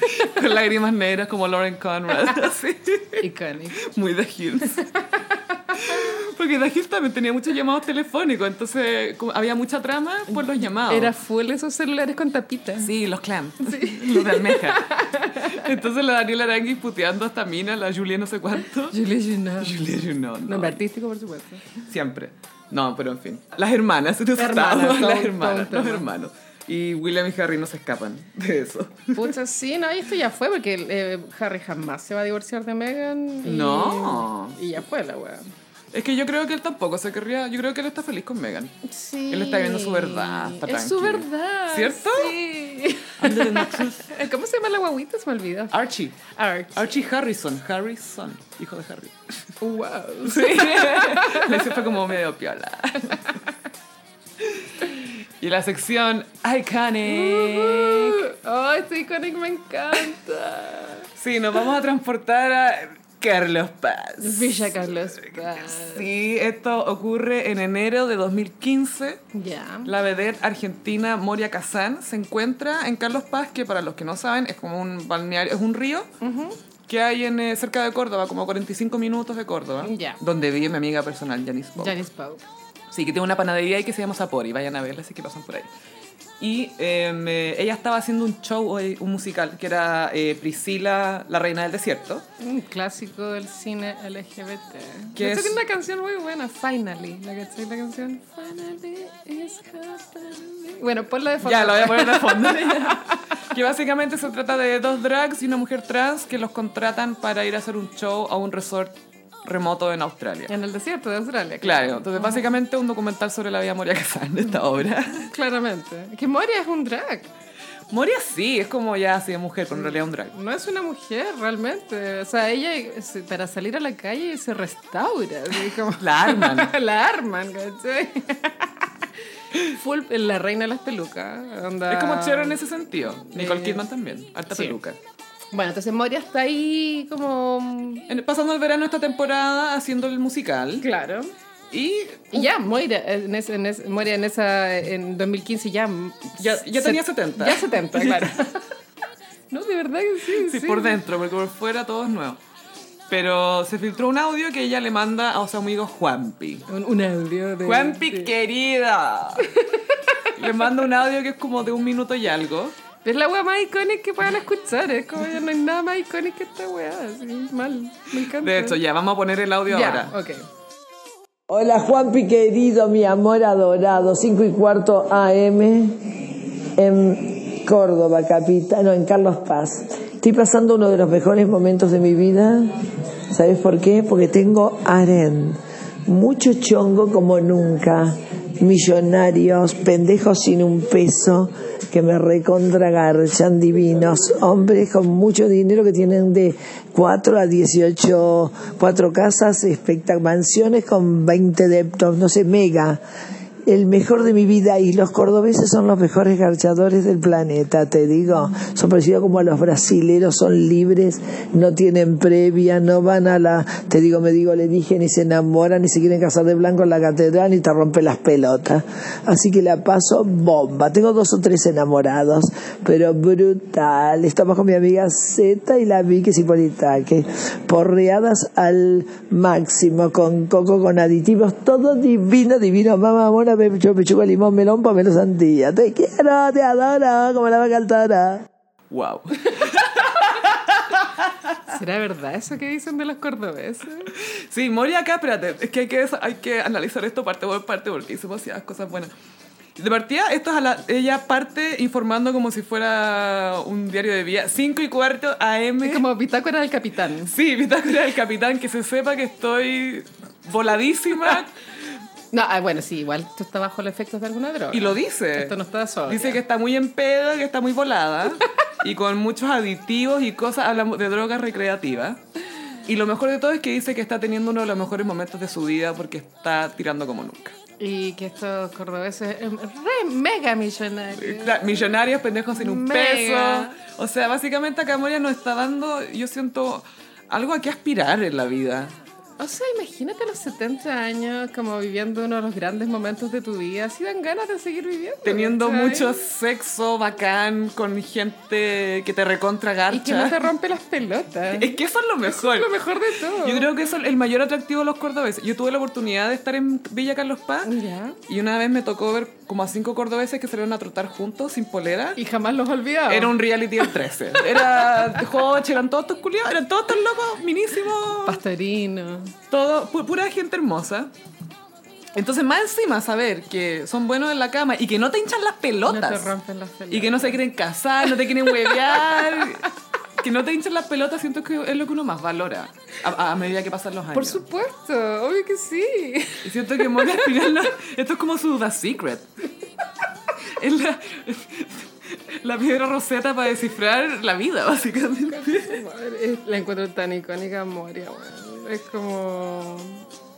[SPEAKER 1] Con lágrimas negras como Lauren Conrad. así,
[SPEAKER 2] Iconic.
[SPEAKER 1] Muy The Hills. Porque The Hills también tenía muchos llamados telefónicos, entonces como había mucha trama por los llamados.
[SPEAKER 2] Era full esos celulares con tapitas.
[SPEAKER 1] Sí, los clams. Los de almeja. Entonces la Daniela Arangui puteando hasta mina, la Julia no sé cuánto.
[SPEAKER 2] Julia Junot.
[SPEAKER 1] Julia, you know, no.
[SPEAKER 2] Nombre artístico, por supuesto.
[SPEAKER 1] Siempre. No, pero en fin. Las hermanas, entonces
[SPEAKER 2] Hermanas,
[SPEAKER 1] estábamos,
[SPEAKER 2] todo
[SPEAKER 1] las
[SPEAKER 2] un- todo un
[SPEAKER 1] hermanas,
[SPEAKER 2] tema.
[SPEAKER 1] los hermanos. Y William y Harry no se escapan de eso.
[SPEAKER 2] Pucha, sí, no, y esto ya fue porque eh, Harry jamás se va a divorciar de Meghan. y-
[SPEAKER 1] No.
[SPEAKER 2] Y ya fue la weá.
[SPEAKER 1] Es que yo creo que él tampoco se querría. Yo creo que él está feliz con Megan.
[SPEAKER 2] Sí.
[SPEAKER 1] Él está viendo su verdad, está
[SPEAKER 2] Es su
[SPEAKER 1] tranquilo.
[SPEAKER 2] verdad.
[SPEAKER 1] ¿Cierto?
[SPEAKER 2] Sí. ¿Cómo se llama la guaguita? Se me olvidó.
[SPEAKER 1] Archie.
[SPEAKER 2] Arch.
[SPEAKER 1] Archie Harrison. Harrison. Hijo de Harry.
[SPEAKER 2] Wow.
[SPEAKER 1] Sí. Le fue como medio piola. Y la sección Iconic.
[SPEAKER 2] Oh, este iconic me encanta.
[SPEAKER 1] Sí, nos vamos a transportar a Carlos Paz.
[SPEAKER 2] Villa Carlos Paz.
[SPEAKER 1] Sí, esto ocurre en enero de 2015.
[SPEAKER 2] Ya.
[SPEAKER 1] La vedette argentina Moria Kazan se encuentra en Carlos Paz, que para los que no saben es como un balneario, es un río que hay en, eh, cerca de Córdoba, como 45 minutos de Córdoba,
[SPEAKER 2] Ya.
[SPEAKER 1] donde vive mi amiga personal, Janice Bob.
[SPEAKER 2] Janice Pope.
[SPEAKER 1] Sí, que tiene una panadería y que se llama Sapori. Vayan a verla, así que pasan por ahí. Y eh, me- ella estaba haciendo un show, eh, un musical, que era eh, Priscila, la reina del desierto.
[SPEAKER 2] Un clásico del cine LGBT.
[SPEAKER 1] ¿Qué
[SPEAKER 2] De hecho,
[SPEAKER 1] es?
[SPEAKER 2] tiene una canción muy buena, Finally. ¿La cachai? La canción Finally is happening. Bueno, ponla de fondo.
[SPEAKER 1] Ya, lo voy a poner de fondo. que básicamente se trata de dos drags y una mujer trans que los contratan para ir a hacer un show a un resort remoto en Australia.
[SPEAKER 2] En el desierto de Australia.
[SPEAKER 1] Claro, entonces básicamente un documental sobre la vida de Moria Kazan, esta obra.
[SPEAKER 2] Claramente. Que Moria es un drag.
[SPEAKER 1] Moria sí, es como ya así de mujer, pero en realidad es un drag.
[SPEAKER 2] No es una mujer realmente. O sea, ella eh, se- para salir a la calle se restaura. así como-
[SPEAKER 1] La arman.
[SPEAKER 2] la arman, ¿cachai? Full, la reina de las pelucas. onda-
[SPEAKER 1] Es como Cher en ese sentido. Nicole
[SPEAKER 2] Eh,
[SPEAKER 1] Kidman también, alta
[SPEAKER 2] sí.
[SPEAKER 1] peluca.
[SPEAKER 2] Bueno, entonces Moria está ahí como... mm,
[SPEAKER 1] En- Pasando el verano esta temporada haciendo el musical.
[SPEAKER 2] Claro.
[SPEAKER 1] Y
[SPEAKER 2] Y ya, Moira en, ese- en ese- Moira en esa en 2015 ya... mm,
[SPEAKER 1] Ya- ya
[SPEAKER 2] se-
[SPEAKER 1] tenía 70.
[SPEAKER 2] Ya 70, claro. no, de verdad que sí,
[SPEAKER 1] sí, por dentro, porque por fuera todo es nuevo. Pero se filtró un audio que ella le manda a su amigo Juanpi.
[SPEAKER 2] Un, un audio de...
[SPEAKER 1] Juanpi,
[SPEAKER 2] de-
[SPEAKER 1] querida. le manda un audio que es como de un minuto y algo.
[SPEAKER 2] Pero es la wea más icónica que puedan escuchar, es como ya no hay nada más icónica que esta wea, así, mal, me encanta.
[SPEAKER 1] De hecho, ya vamos a poner el audio
[SPEAKER 2] ya,
[SPEAKER 1] ahora.
[SPEAKER 2] ok.
[SPEAKER 3] Hola Juanpi querido, mi amor adorado, 5 y cuarto AM en Córdoba, capital, no, en Carlos Paz. Estoy pasando uno de los mejores momentos de mi vida. ¿Sabes por qué? Porque tengo harén, mucho chongo como nunca, millonarios, pendejos sin un peso, que me recontragarchan divinos, hombres con mucho dinero que tienen de 4 a 18, cuatro casas, espectac- mansiones con 20 deptos, no sé, mega. El mejor de mi vida y los cordobeses son los mejores garchadores del planeta, te digo. Son parecidos como a los brasileros, son libres, no tienen previa, no van a la, te digo, me digo, le dije, ni se enamoran, ni se quieren casar de blanco en la catedral, ni te rompe las pelotas. Así que la paso bomba. Tengo dos o tres enamorados, pero brutal. Estamos con mi amiga Z y la Vicky Cipolitaque. Porreadas al máximo, con coco, con aditivos, todo divino, divino. Mamá, mona, pecho, pechuga, limón, melón, pomelo, sandía. Te quiero, te adoro, como la vaca al toro.
[SPEAKER 1] Wow.
[SPEAKER 2] ¿Será verdad eso que dicen de los cordobeses?
[SPEAKER 1] Sí, Moria acá, espérate, es que hay que, hay que analizar esto parte por parte porque hizo demasiadas cosas buenas. De partida, esto es a la- ella parte informando como si fuera un diario de vía, 5 y cuarto AM.
[SPEAKER 2] Es como bitácora del capitán.
[SPEAKER 1] Sí, bitácora del capitán, que se sepa que estoy voladísima
[SPEAKER 2] No, ah, bueno, sí, igual tú estás bajo los efectos de alguna droga.
[SPEAKER 1] y lo dice.
[SPEAKER 2] Esto no está sobria.
[SPEAKER 1] Dice que está muy en pedo, que está muy volada y con muchos aditivos y cosas, hablamos de drogas recreativas. Y lo mejor de todo es que dice que está teniendo uno de los mejores momentos de su vida porque está tirando como nunca.
[SPEAKER 2] Y que estos cordobeses eh, re mega millonarios.
[SPEAKER 1] Cla- Millonarios, pendejos sin un
[SPEAKER 2] Mega.
[SPEAKER 1] peso. O sea, básicamente acá Moria nos está dando, yo siento, algo a qué aspirar en la vida.
[SPEAKER 2] O sea, imagínate a los 70 años como viviendo uno de los grandes momentos de tu vida. Así dan ganas de seguir viviendo.
[SPEAKER 1] Teniendo
[SPEAKER 2] ¿cachai?
[SPEAKER 1] mucho sexo bacán con gente que te recontra
[SPEAKER 2] Y que no te
[SPEAKER 1] garcha.
[SPEAKER 2] rompe las pelotas.
[SPEAKER 1] Es que eso es lo mejor.
[SPEAKER 2] lo mejor de todo.
[SPEAKER 1] Yo creo que eso es el mayor atractivo de los cordobeses. Yo tuve la oportunidad de estar en Villa Carlos Paz
[SPEAKER 2] Ya.
[SPEAKER 1] y una vez me tocó ver como a cinco cordobeses que salieron a trotar juntos sin polera.
[SPEAKER 2] Y jamás los olvidaba.
[SPEAKER 1] Era un reality del 13. Era Hoche, eran todos estos culiados, eran todos tan locos, minísimos.
[SPEAKER 2] pastorino.
[SPEAKER 1] todo, pu- pura gente hermosa. Entonces, más encima, saber que son buenos en la cama y que no te hinchan las
[SPEAKER 2] No te
[SPEAKER 1] pelotas.
[SPEAKER 2] rompen las pelotas.
[SPEAKER 1] y que no se quieren casar, no te quieren huevear. que no te hinchan las pelotas, siento que es lo que uno más valora a, a medida que pasan los años.
[SPEAKER 2] Por supuesto, obvio que sí.
[SPEAKER 1] Y siento que Moria al final, no- esto es como su The Secret. Es la, la piedra roseta para descifrar la vida, básicamente.
[SPEAKER 2] Madre, es- La encuentro tan icónica, Moria. weón. Es como...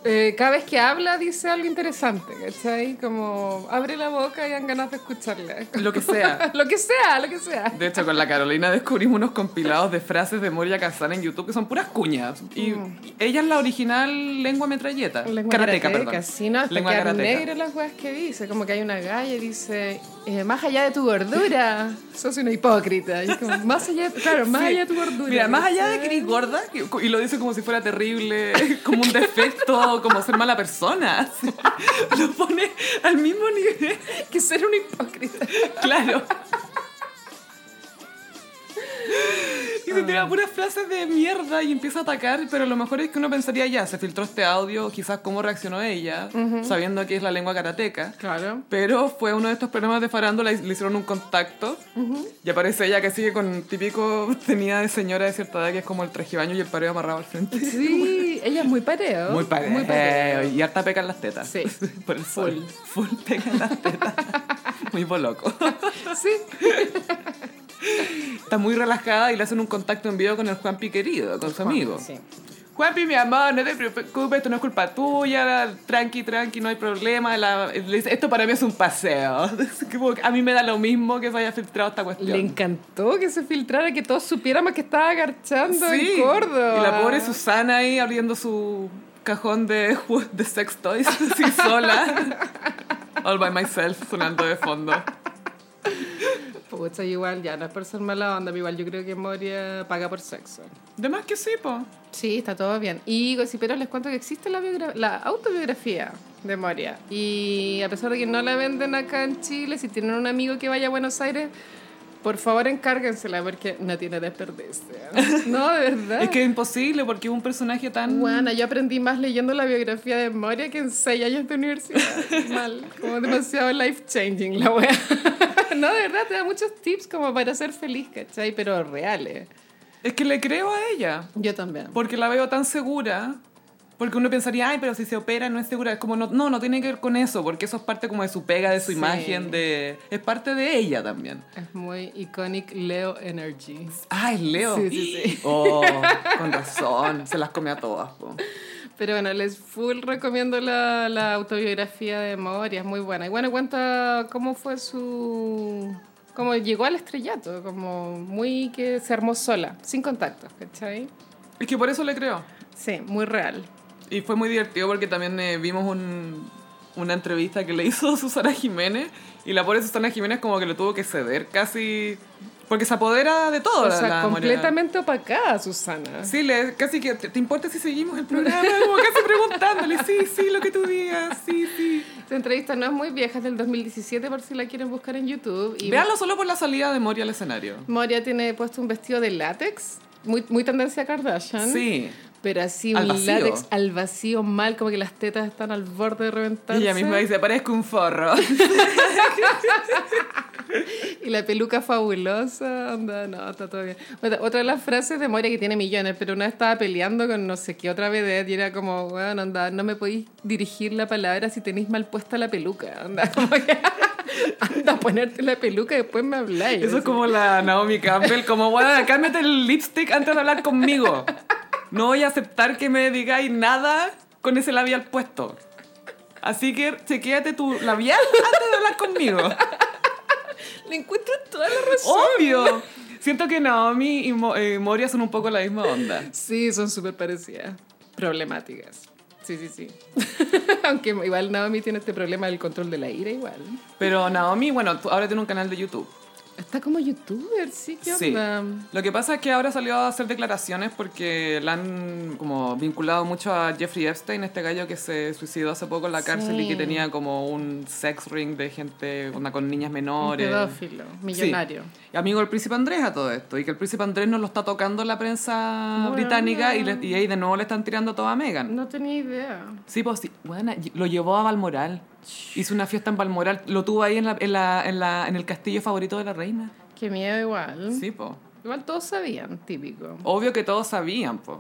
[SPEAKER 2] eh, cada vez que habla dice algo interesante, ¿cachai? Como abre la boca y dan ganas de escucharla.
[SPEAKER 1] Lo que sea.
[SPEAKER 2] lo que sea, lo que sea.
[SPEAKER 1] De hecho, con la Carolina descubrimos unos compilados de frases de Moria Kazan en YouTube que son puras cuñas. Y
[SPEAKER 2] Mm.
[SPEAKER 1] y ella es la original lengua metralleta. karateca, perdón.
[SPEAKER 2] sí, no, hasta
[SPEAKER 1] Lengua
[SPEAKER 2] quedar
[SPEAKER 1] karateca.
[SPEAKER 2] negro las weas que dice. Como que hay una galla y dice, eh, más allá de tu gordura, sos una hipócrita. Y es como, más allá, claro, más
[SPEAKER 1] Sí.
[SPEAKER 2] allá de tu gordura.
[SPEAKER 1] Mira, más allá de
[SPEAKER 2] ¿cachai?
[SPEAKER 1] que eres gorda, que- y lo dice como si fuera terrible, como un defecto, como ser mala persona. así. Lo pone al mismo nivel.
[SPEAKER 2] que ser un hipócrita.
[SPEAKER 1] Claro. Y se
[SPEAKER 2] Ah.
[SPEAKER 1] tira puras frases de mierda y empieza a atacar, pero lo mejor es que uno pensaría ya, se filtró este audio, quizás cómo reaccionó ella, sabiendo que es la lengua karateca.
[SPEAKER 2] Claro.
[SPEAKER 1] Pero fue uno de estos programas de farándula y le hicieron un contacto. Y aparece ella que sigue con típico tenía de señora de cierta edad que es como el trajibaño y el pareo amarrado al frente.
[SPEAKER 2] Sí, ella es muy pareo.
[SPEAKER 1] Muy pareo.
[SPEAKER 2] pareo.
[SPEAKER 1] Y harta peca en las tetas.
[SPEAKER 2] Sí.
[SPEAKER 1] Por el sol. Full peca en las tetas. Muy boloco.
[SPEAKER 2] Sí.
[SPEAKER 1] Está muy relajada y le hacen un contacto en vivo con el Juanpi querido, con su amigo. Juanpi, mi amor, no te preocupes, esto no es culpa tuya, tranqui, tranqui, no hay problema. la- le dice, esto para mí es un paseo. Como que a mí me da lo mismo que se haya filtrado esta cuestión.
[SPEAKER 2] Le encantó que se filtrara, que todos supiéramos que estaba agarchando
[SPEAKER 1] Sí.
[SPEAKER 2] en Córdoba.
[SPEAKER 1] Y la pobre Susana ahí abriendo su cajón de, ju- de sex toys, así sola. All by myself, sonando de fondo.
[SPEAKER 2] Pucha, igual, ya no es por ser mala onda, pero igual yo creo que Moria paga por sexo.
[SPEAKER 1] De más que sí, po.
[SPEAKER 2] Sí, está todo bien. Y pero les cuento que existe la, biogra- la autobiografía de Moria. Y a pesar de que no la venden acá en Chile, si tienen un amigo que vaya a Buenos Aires, por favor encárguensela porque no tiene desperdicio. No, de verdad.
[SPEAKER 1] Es que es imposible porque es un personaje tan...
[SPEAKER 2] Bueno, yo aprendí más leyendo la biografía de Moria que en seis años de universidad. Mal, como demasiado life changing la wea. No, de verdad, te da muchos tips como para ser feliz, ¿cachai? Pero reales.
[SPEAKER 1] Es que le creo a ella.
[SPEAKER 2] Yo también.
[SPEAKER 1] Porque la veo tan segura. Porque uno pensaría, ay, pero si se opera no es segura. Es como, no, no, no tiene que ver con eso. Porque eso es parte como de su pega, de su
[SPEAKER 2] Sí.
[SPEAKER 1] imagen, de... Es parte de ella también.
[SPEAKER 2] Es muy iconic Leo Energy.
[SPEAKER 1] Ay, Leo.
[SPEAKER 2] Sí, sí, sí.
[SPEAKER 1] Oh, con razón. Se las come a todas, po.
[SPEAKER 2] Pero bueno, les full recomiendo la, la autobiografía de Moria, es muy buena. Y bueno, cuenta cómo fue su... cómo llegó al estrellato, como muy que se armó sola, sin contactos, ¿cachai?
[SPEAKER 1] Es que por eso le creo.
[SPEAKER 2] Sí, muy real.
[SPEAKER 1] Y fue muy divertido porque también eh, vimos un- una entrevista que le hizo Susana Jiménez y la pobre Susana Jiménez como que lo tuvo que ceder casi porque se apodera de todo.
[SPEAKER 2] O
[SPEAKER 1] la-
[SPEAKER 2] sea,
[SPEAKER 1] la Morena.
[SPEAKER 2] completamente opacada, Susana.
[SPEAKER 1] Sí, le, casi que, ¿te, te importa si seguimos el programa? Como casi preguntándole, sí, sí, lo que tú digas, sí, sí.
[SPEAKER 2] Esta entrevista no es muy vieja, es del 2017 por si la quieren buscar en YouTube. Y
[SPEAKER 1] Veanlo solo por la salida de Moria al escenario.
[SPEAKER 2] Moria tiene puesto un vestido de látex, muy, muy tendencia Kardashian.
[SPEAKER 1] Sí.
[SPEAKER 2] Pero así
[SPEAKER 1] Al
[SPEAKER 2] un
[SPEAKER 1] vacío.
[SPEAKER 2] látex al vacío mal, como que las tetas están al borde de
[SPEAKER 1] Y
[SPEAKER 2] reventarse.
[SPEAKER 1] ella misma dice, parezco un forro.
[SPEAKER 2] Y la peluca fabulosa, onda, no, está todo bien. Otra, otra de las frases de Moria que tiene millones, pero una estaba peleando con no sé qué otra vedette y era como, bueno, onda, no me podéis dirigir la palabra si tenéis mal puesta la peluca, onda, como que anda a ponerte la peluca y después me habláis.
[SPEAKER 1] Eso es como la Naomi Campbell, como, bueno, cámbiate el lipstick antes de hablar conmigo. No voy a aceptar que me digáis nada con ese labial puesto. Así que chequéate tu labial antes de hablar conmigo.
[SPEAKER 2] Le encuentro toda la razón.
[SPEAKER 1] Obvio. Siento que Naomi y Mo- eh, Moria son un poco la misma onda.
[SPEAKER 2] Sí, son súper parecidas. Problemáticas. Sí, sí, sí. Aunque igual Naomi tiene este problema del control de la ira igual.
[SPEAKER 1] Pero Naomi, bueno, tú- ahora tiene un canal de YouTube.
[SPEAKER 2] Está como youtuber, sí, ¿qué
[SPEAKER 1] Sí.
[SPEAKER 2] onda?
[SPEAKER 1] Lo que pasa es que ahora salió a hacer declaraciones porque la han como vinculado mucho a Jeffrey Epstein, este gallo que se suicidó hace poco en la cárcel
[SPEAKER 2] Sí.
[SPEAKER 1] y que tenía como un sex ring de gente onda, con niñas
[SPEAKER 2] Un
[SPEAKER 1] menores.
[SPEAKER 2] pedófilo, millonario.
[SPEAKER 1] Y amigo del príncipe Andrés a todo esto. Y que el príncipe Andrés nos lo está tocando la prensa
[SPEAKER 2] Bueno.
[SPEAKER 1] británica y, le- y ahí de nuevo le están tirando todo a Megan.
[SPEAKER 2] No tenía idea.
[SPEAKER 1] Sí, pues sí. Bueno, lo llevó a Balmoral. Hizo una fiesta en Balmoral. Lo tuvo ahí en, la- en la- en la- en el castillo favorito de la reina.
[SPEAKER 2] Qué miedo igual.
[SPEAKER 1] Sí, pues.
[SPEAKER 2] Igual todos sabían, típico.
[SPEAKER 1] Obvio que todos sabían, pues.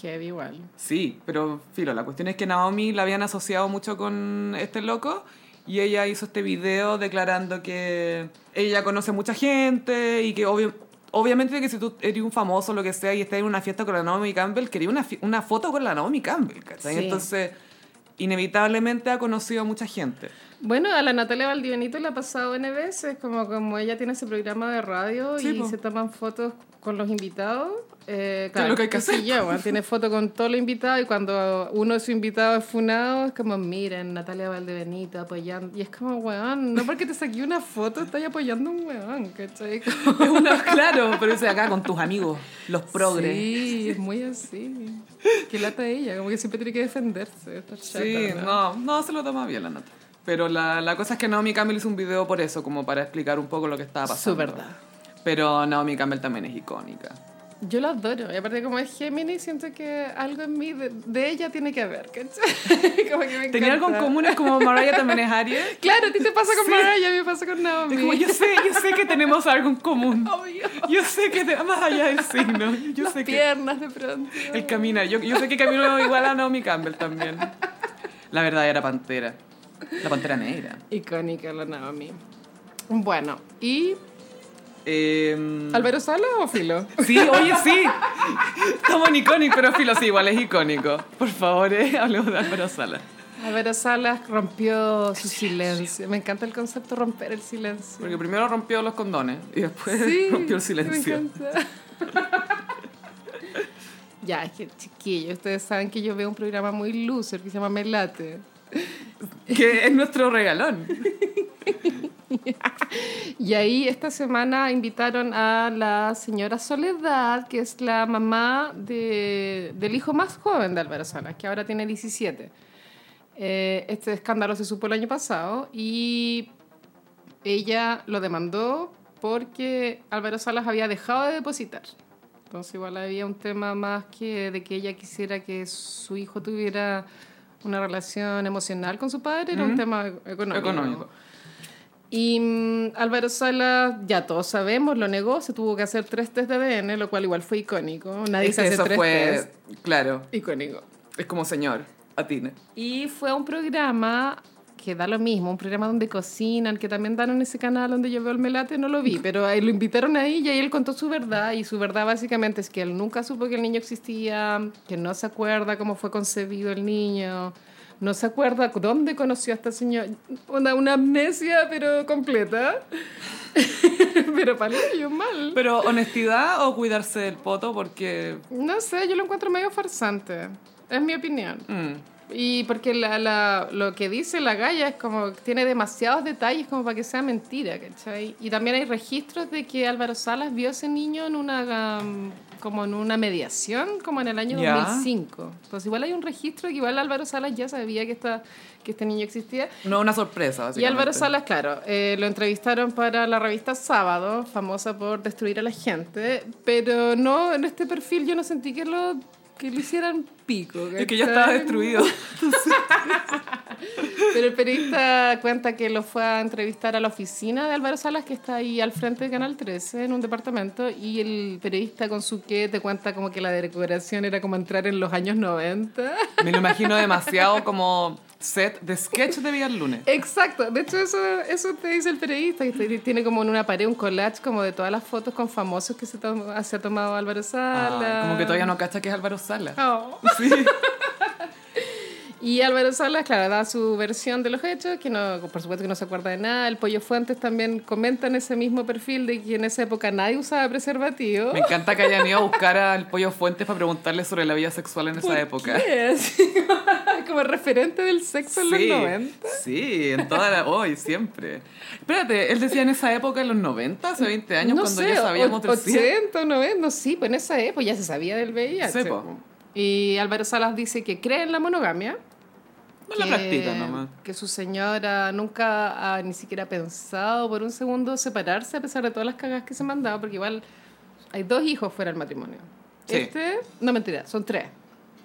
[SPEAKER 2] Heavy igual.
[SPEAKER 1] Sí, pero filo, la cuestión es que Naomi la habían asociado mucho con este loco y ella hizo este video declarando que ella conoce mucha gente y que obvio- obviamente que si tú eres un famoso lo que sea y estás en una fiesta con la Naomi Campbell, quería una, fi- una foto con la Naomi Campbell, ¿cachai?
[SPEAKER 2] Sí.
[SPEAKER 1] Entonces, inevitablemente ha conocido a mucha gente.
[SPEAKER 2] Bueno, a la Natalia Valdivenito le ha pasado N veces, como, como ella tiene ese programa de radio
[SPEAKER 1] Sí,
[SPEAKER 2] y
[SPEAKER 1] po.
[SPEAKER 2] se toman fotos con los invitados. Eh,
[SPEAKER 1] Que es lo que hay que
[SPEAKER 2] qué sé
[SPEAKER 1] hacer,
[SPEAKER 2] yo, bueno, tiene foto con todos los invitados y cuando uno de sus invitados es funado, es como, miren, Natalia Valdivenito apoyando. Y es como, weón, no porque te saqué una foto, estás apoyando a un weón, ¿cachai? Como-
[SPEAKER 1] Es una, claro, pero dice acá con tus amigos, los progres.
[SPEAKER 2] Sí, es muy así. Qué lata ella, como que siempre tiene que defenderse. está chata,
[SPEAKER 1] Sí, no, no se lo toma bien la nota. Pero la, la cosa es que Naomi Campbell hizo un video por eso, como para explicar un poco lo que estaba pasando.
[SPEAKER 2] Su verdad.
[SPEAKER 1] Pero Naomi Campbell también es icónica.
[SPEAKER 2] Yo la adoro. Y aparte, como es Géminis, siento que algo en mí de, de ella tiene que haber, ¿cachai? Como que me
[SPEAKER 1] Tenía algo en
[SPEAKER 2] encanta.
[SPEAKER 1] común, es como Mariah también es Aries.
[SPEAKER 2] Claro, a ti te pasa con
[SPEAKER 1] Sí.
[SPEAKER 2] Mariah, a mí me pasa con Naomi.
[SPEAKER 1] Es como, yo sé, yo sé que tenemos algo en común.
[SPEAKER 2] Obvio.
[SPEAKER 1] Yo sé que, te, más allá del signo, yo
[SPEAKER 2] Las
[SPEAKER 1] sé que
[SPEAKER 2] piernas de pronto.
[SPEAKER 1] él camina. Yo, yo sé que camino igual a Naomi Campbell también. La verdadera pantera. La pantera negra.
[SPEAKER 2] Icónica la Naomi. Bueno, y
[SPEAKER 1] Eh,
[SPEAKER 2] ¿Álvaro Sala o Filo?
[SPEAKER 1] Sí, oye, sí. Estamos en icónico, pero filo, sí, igual es icónico. Por favor, eh, hablemos de Álvaro Sala.
[SPEAKER 2] Álvaro Salas rompió su silencio. Me encanta el concepto romper el silencio.
[SPEAKER 1] Porque primero rompió los condones y después
[SPEAKER 2] Sí,
[SPEAKER 1] rompió el
[SPEAKER 2] me
[SPEAKER 1] silencio.
[SPEAKER 2] encanta. ya, es que chiquillo, ustedes saben que yo veo un programa muy loser que se llama Melate.
[SPEAKER 1] Que es nuestro regalón.
[SPEAKER 2] Y ahí esta semana invitaron a la señora Soledad, que es la mamá de- del hijo más joven de Álvaro Salas, que ahora tiene 17. Eh, este escándalo se supo el año pasado y ella lo demandó porque Álvaro Salas había dejado de depositar. Entonces igual había un tema más que de que ella quisiera que su hijo tuviera una relación emocional con su padre, era un
[SPEAKER 1] Ujú.
[SPEAKER 2] tema económico.
[SPEAKER 1] Económico.
[SPEAKER 2] Y mm, Álvaro Sala, ya todos sabemos, lo negó, se tuvo que hacer tres test de ADN, lo cual igual fue icónico. Nadie
[SPEAKER 1] Es
[SPEAKER 2] se
[SPEAKER 1] que Este,
[SPEAKER 2] hace
[SPEAKER 1] eso
[SPEAKER 2] tres
[SPEAKER 1] fue,
[SPEAKER 2] test.
[SPEAKER 1] claro,
[SPEAKER 2] Icónico.
[SPEAKER 1] es como señor, atine.
[SPEAKER 2] Y fue a un programa que da lo mismo, un programa donde cocinan, que también dan en ese canal donde yo veo el melate, no lo vi, pero ahí lo invitaron ahí y ahí él contó su verdad y su verdad básicamente es que él nunca supo que el niño existía, que no se acuerda cómo fue concebido el niño, no se acuerda dónde conoció a esta señora, una, una amnesia pero completa, pero para yo mal.
[SPEAKER 1] Pero honestidad o cuidarse del poto porque...
[SPEAKER 2] No sé, yo lo encuentro medio farsante, es mi opinión.
[SPEAKER 1] mm,
[SPEAKER 2] Y porque la, la- lo que dice la galla es como que tiene demasiados detalles como para que sea mentira, ¿cachai? Y también hay registros de que Álvaro Salas vio a ese niño en una um, como en una mediación como en el año
[SPEAKER 1] Ya.
[SPEAKER 2] 2005. Entonces igual hay un registro que igual Álvaro Salas ya sabía que esta que este niño existía.
[SPEAKER 1] no una sorpresa,
[SPEAKER 2] Y
[SPEAKER 1] básicamente.
[SPEAKER 2] Álvaro Salas, claro, eh, lo entrevistaron para la revista Sábado, famosa por destruir a la gente, pero no, en este perfil yo no sentí que lo, que lo hicieran pico.
[SPEAKER 1] Es que ya estaba
[SPEAKER 2] ¿cachai?
[SPEAKER 1] destruido.
[SPEAKER 2] Pero el periodista cuenta que lo fue a entrevistar a la oficina de Álvaro Salas, que está ahí al frente de Canal 13, en un departamento, y el periodista con su que te cuenta como que la decoración era como entrar en los años 90.
[SPEAKER 1] Me lo imagino demasiado como set de sketch de Vía el lunes.
[SPEAKER 2] Exacto, de hecho eso, eso te dice el periodista, que te- tiene como en una pared un collage como de todas las fotos con famosos que se, tom- se ha tomado Álvaro Salas.
[SPEAKER 1] Ay, Ah, como que todavía no cacha que es Álvaro Sala.
[SPEAKER 2] Oh. Y Álvaro Salas, claro, da su versión de los hechos, que no, por supuesto que no se acuerda de nada. El Pollo Fuentes también comenta en ese mismo perfil de que en esa época nadie usaba preservativo.
[SPEAKER 1] Me encanta que hayan ido a buscar al Pollo Fuentes para preguntarle sobre la vida sexual en esa época.
[SPEAKER 2] ¿Qué es? como referente del sexo en los 90.
[SPEAKER 1] Sí, en toda la... Hoy, siempre. Espérate, él decía en esa época, en los 90, hace 20 años, Este cuando ya sabíamos
[SPEAKER 2] o-
[SPEAKER 1] del SIDA.
[SPEAKER 2] 80, 90, no, sí, pues en esa época ya se sabía del VIH.
[SPEAKER 1] Sí, po.
[SPEAKER 2] Y Álvaro Salas dice que cree en la monogamia.
[SPEAKER 1] No la practica nomás.
[SPEAKER 2] que su señora nunca ha ni siquiera pensado por un segundo separarse a pesar de todas las cagas que se mandaba, porque igual hay dos hijos fuera del matrimonio.
[SPEAKER 1] Sí.
[SPEAKER 2] Este, no mentira, son tres.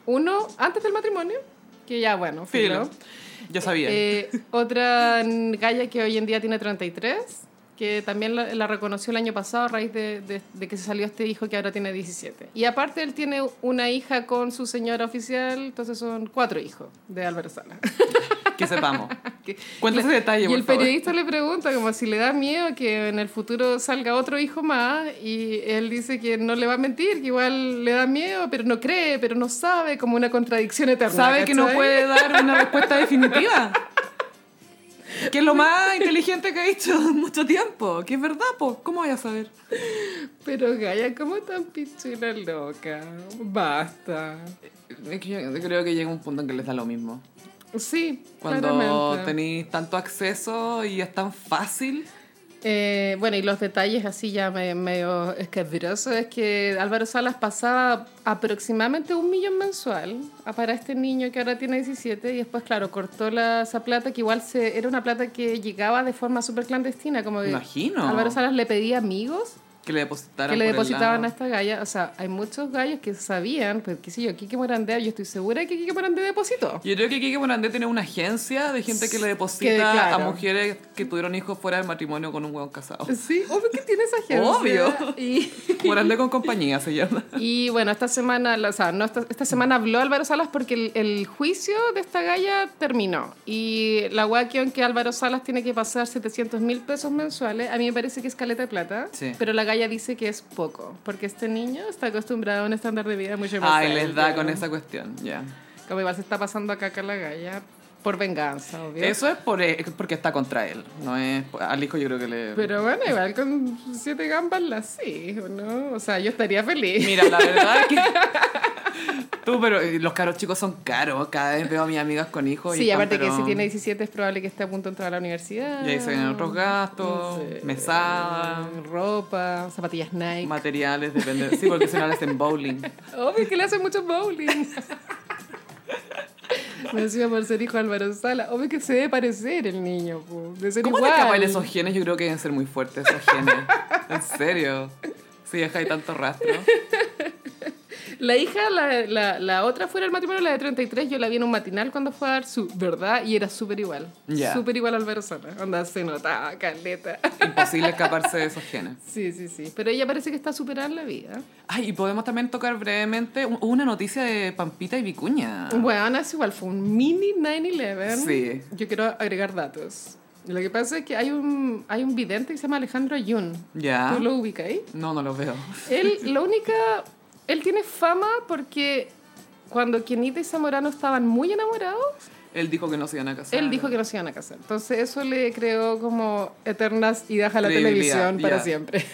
[SPEAKER 2] Uno antes del matrimonio, que ya bueno, filo.
[SPEAKER 1] Filo. Yo sabía.
[SPEAKER 2] Eh, otra galla que hoy en día tiene 33, que también la, la reconoció el año pasado a raíz de, de- de que se salió este hijo que ahora tiene 17. Y aparte él tiene una hija con su señora oficial, entonces son cuatro hijos de Álvaro Sala.
[SPEAKER 1] que sepamos.
[SPEAKER 2] Que-
[SPEAKER 1] Cuéntese
[SPEAKER 2] la-
[SPEAKER 1] detalle,
[SPEAKER 2] Y
[SPEAKER 1] por
[SPEAKER 2] el
[SPEAKER 1] favor.
[SPEAKER 2] periodista le pregunta como si le da miedo que en el futuro salga otro hijo más y él dice que no le va a mentir, que igual le da miedo, pero no cree, pero no sabe, como una contradicción eterna.
[SPEAKER 1] Sabe que no
[SPEAKER 2] ¿cachai?
[SPEAKER 1] puede dar una respuesta definitiva. Que es lo más inteligente que ha dicho en mucho tiempo. Que es verdad, pues. ¿Cómo voy a saber?
[SPEAKER 2] Pero Gaya, ¿cómo tan pichula loca? Basta.
[SPEAKER 1] Es que yo creo que llega un punto en que les da lo mismo.
[SPEAKER 2] Sí,
[SPEAKER 1] Cuando
[SPEAKER 2] claramente.
[SPEAKER 1] tenéis tanto acceso y es tan fácil.
[SPEAKER 2] Eh, bueno, y los detalles así ya me- medio escabrosos es que Álvaro Salas pasaba aproximadamente un millón mensual a- para este niño que ahora tiene 17 y después, claro, cortó la, esa plata que igual se, era una plata que llegaba de forma súper clandestina, como que
[SPEAKER 1] Imagino.
[SPEAKER 2] Álvaro Salas le pedía amigos
[SPEAKER 1] Que le depositaran
[SPEAKER 2] que le
[SPEAKER 1] por el
[SPEAKER 2] depositaban
[SPEAKER 1] lado.
[SPEAKER 2] a esta galla. O sea, hay muchos gallos que sabían, pues qué sé yo, Kike Morandé, yo estoy segura que Kike Morandé depositó.
[SPEAKER 1] Yo creo que Kike Morandé tiene una agencia de gente que le deposita
[SPEAKER 2] este- Que, claro.
[SPEAKER 1] a mujeres que tuvieron hijos fuera del matrimonio con un hueón casado.
[SPEAKER 2] Sí, obvio que tiene esa agencia.
[SPEAKER 1] Obvio.
[SPEAKER 2] Y,
[SPEAKER 1] Morandé con compañía se llama.
[SPEAKER 2] y bueno, esta semana, o sea, no, esta, esta semana habló Álvaro Salas porque el, el juicio de esta galla terminó. Y la guaquión que Álvaro Salas tiene que pasar 700 mil pesos mensuales, a mí me parece que es caleta de plata,
[SPEAKER 1] Sí.
[SPEAKER 2] pero la galla dice que es poco, porque este niño está acostumbrado a un estándar de vida mucho más
[SPEAKER 1] Ay, les
[SPEAKER 2] alto.
[SPEAKER 1] da con esa cuestión, ya.
[SPEAKER 2] Como igual se está pasando acá caca la galla por venganza, obvio.
[SPEAKER 1] Eso es por, eh, porque está contra él, no es al hijo yo creo que le...
[SPEAKER 2] Pero bueno, igual con siete gambas la sí, ¿o ¿no? O sea, yo estaría feliz.
[SPEAKER 1] Mira, la verdad es que... Tú, pero eh, los caros chicos son caros. Cada vez veo a mis amigas con hijos. y
[SPEAKER 2] Sí,
[SPEAKER 1] están,
[SPEAKER 2] aparte que
[SPEAKER 1] pero-
[SPEAKER 2] si tiene 17 es probable que esté a punto de entrar a la universidad.
[SPEAKER 1] Y ahí se vienen otros gastos,
[SPEAKER 2] Sí.
[SPEAKER 1] mesada,
[SPEAKER 2] Ropa, zapatillas Nike.
[SPEAKER 1] materiales, depende. Sí, porque si no le hacen bowling.
[SPEAKER 2] Obvio que le hace mucho bowling. Me decía por ser hijo de Álvaro Sala. Obvio que se debe parecer el niño, po, de ser
[SPEAKER 1] ¿Cómo te
[SPEAKER 2] igual.
[SPEAKER 1] escapan esos genes? Yo creo que deben ser muy fuertes esos genes. En serio. Si deja ahí tanto rastro.
[SPEAKER 2] La hija, la, la, la otra fuera del matrimonio, la de 33, yo la vi en un matinal cuando fue a dar su verdad y era súper igual.
[SPEAKER 1] Ya.
[SPEAKER 2] Súper igual al Versana. Onda, se notaba, caleta.
[SPEAKER 1] Imposible escaparse de esos genes.
[SPEAKER 2] Sí, sí, sí. Pero ella parece que está superada en la vida.
[SPEAKER 1] Ay, y podemos también tocar brevemente un- una noticia de Pampita y Vicuña.
[SPEAKER 2] Bueno, es igual, fue un mini 9-11.
[SPEAKER 1] Ah. Sí.
[SPEAKER 2] Yo quiero agregar datos. Lo que pasa es que hay un, hay un vidente que se llama Alejandro Ayun.
[SPEAKER 1] Ya.
[SPEAKER 2] ¿Tú lo ubicas ahí?
[SPEAKER 1] No, no los veo.
[SPEAKER 2] Él, la única. Él tiene fama porque cuando Kenita y Zamorano estaban muy enamorados,
[SPEAKER 1] Él dijo que no se iban a casar.
[SPEAKER 2] Él dijo que no se iban a casar. Entonces eso le creó como eternas idas a la
[SPEAKER 1] Credibilidad,
[SPEAKER 2] televisión para
[SPEAKER 1] ya.
[SPEAKER 2] siempre.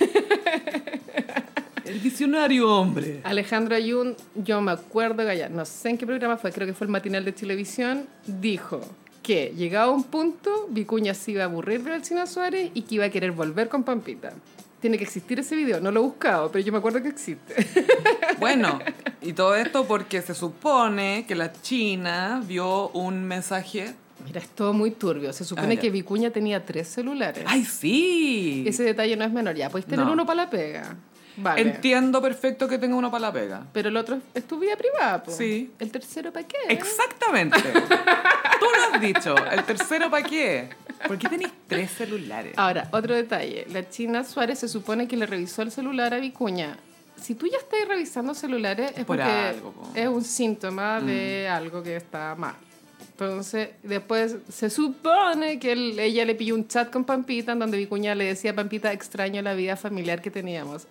[SPEAKER 1] El visionario hombre.
[SPEAKER 2] Alejandro Ayun, yo me acuerdo que allá, no sé en qué programa fue, creo que fue el matinal de televisión, dijo que llegado a un punto Vicuña se iba a aburrir de Alcina Suárez y que iba a querer volver con Pampita. Tiene que existir ese video, no lo he buscado, pero yo me acuerdo que existe.
[SPEAKER 1] Bueno, y todo esto porque se supone que la China vio un mensaje.
[SPEAKER 2] Mira, es todo muy turbio. Se supone
[SPEAKER 1] Ah, ya.
[SPEAKER 2] que Vicuña tenía tres celulares.
[SPEAKER 1] ¡Ay, sí!
[SPEAKER 2] Ese detalle no es menor, ya, podéis tener
[SPEAKER 1] No.
[SPEAKER 2] uno para la pega. Vale.
[SPEAKER 1] Entiendo perfecto que tenga uno para la pega.
[SPEAKER 2] Pero el otro es tu vida privada, po.
[SPEAKER 1] Sí.
[SPEAKER 2] ¿El tercero para qué?
[SPEAKER 1] Exactamente. Tú lo has dicho. ¿El tercero para qué? ¿Por qué tenéis tres celulares?
[SPEAKER 2] Ahora, otro detalle. La China Suárez se supone que le revisó el celular a Vicuña. Si tú ya estás revisando celulares es
[SPEAKER 1] Por
[SPEAKER 2] porque
[SPEAKER 1] algo, po. Mm.
[SPEAKER 2] es un síntoma de algo que está mal. Entonces, después se supone que él- ella le pilló un chat con Pampita en donde Vicuña le decía a Pampita extraño la vida familiar que teníamos.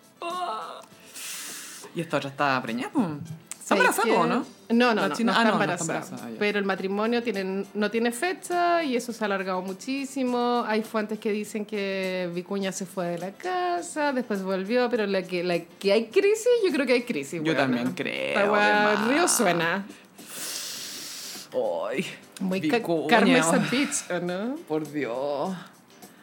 [SPEAKER 1] Y esta otra está preñada. po. Está
[SPEAKER 2] ¿Sabes
[SPEAKER 1] embarazada, po,
[SPEAKER 2] qué?
[SPEAKER 1] ¿no?
[SPEAKER 2] No, no,
[SPEAKER 1] La
[SPEAKER 2] no,
[SPEAKER 1] china-
[SPEAKER 2] no
[SPEAKER 1] ah,
[SPEAKER 2] está
[SPEAKER 1] no, no está
[SPEAKER 2] embarazada.
[SPEAKER 1] embarazada, ya.
[SPEAKER 2] pero el matrimonio tiene, no tiene fecha y eso se ha alargado muchísimo. Hay fuentes que dicen que Vicuña se fue de la casa, después volvió, pero la que, la que hay crisis, yo creo que hay crisis.
[SPEAKER 1] Yo
[SPEAKER 2] weona.
[SPEAKER 1] también creo,
[SPEAKER 2] Esta weá,
[SPEAKER 1] además.
[SPEAKER 2] río suena.
[SPEAKER 1] Ay,
[SPEAKER 2] Muy ca-
[SPEAKER 1] Vicuña,
[SPEAKER 2] Carmen
[SPEAKER 1] oh,
[SPEAKER 2] Sapich, ¿o no?
[SPEAKER 1] Por Dios.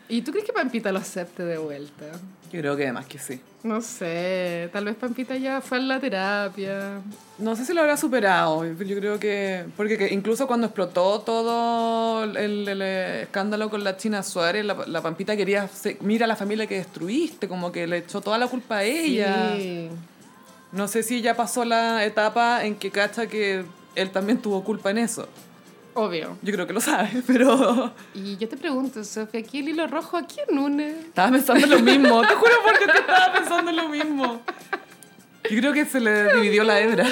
[SPEAKER 2] ¿Y tú crees que Pampita lo acepte de vuelta?
[SPEAKER 1] Yo creo que además que sí.
[SPEAKER 2] No sé, tal vez Pampita ya fue a la terapia.
[SPEAKER 1] No sé si lo habrá superado. Yo creo que. Porque que incluso cuando explotó todo el, el escándalo con la China Suárez, la, la Pampita quería. se- Mira la familia que destruiste, como que le echó toda la culpa a ella.
[SPEAKER 2] Sí.
[SPEAKER 1] No sé si ya pasó la etapa en que cacha que él también tuvo culpa en eso.
[SPEAKER 2] Obvio.
[SPEAKER 1] Yo creo que lo sabe, pero
[SPEAKER 2] Y yo te pregunto, Sofía, ¿aquí el hilo rojo a quién une?
[SPEAKER 1] estaba pensando lo mismo. Te juro porque te estaba pensando lo mismo. Yo creo que se le dividió la hebra.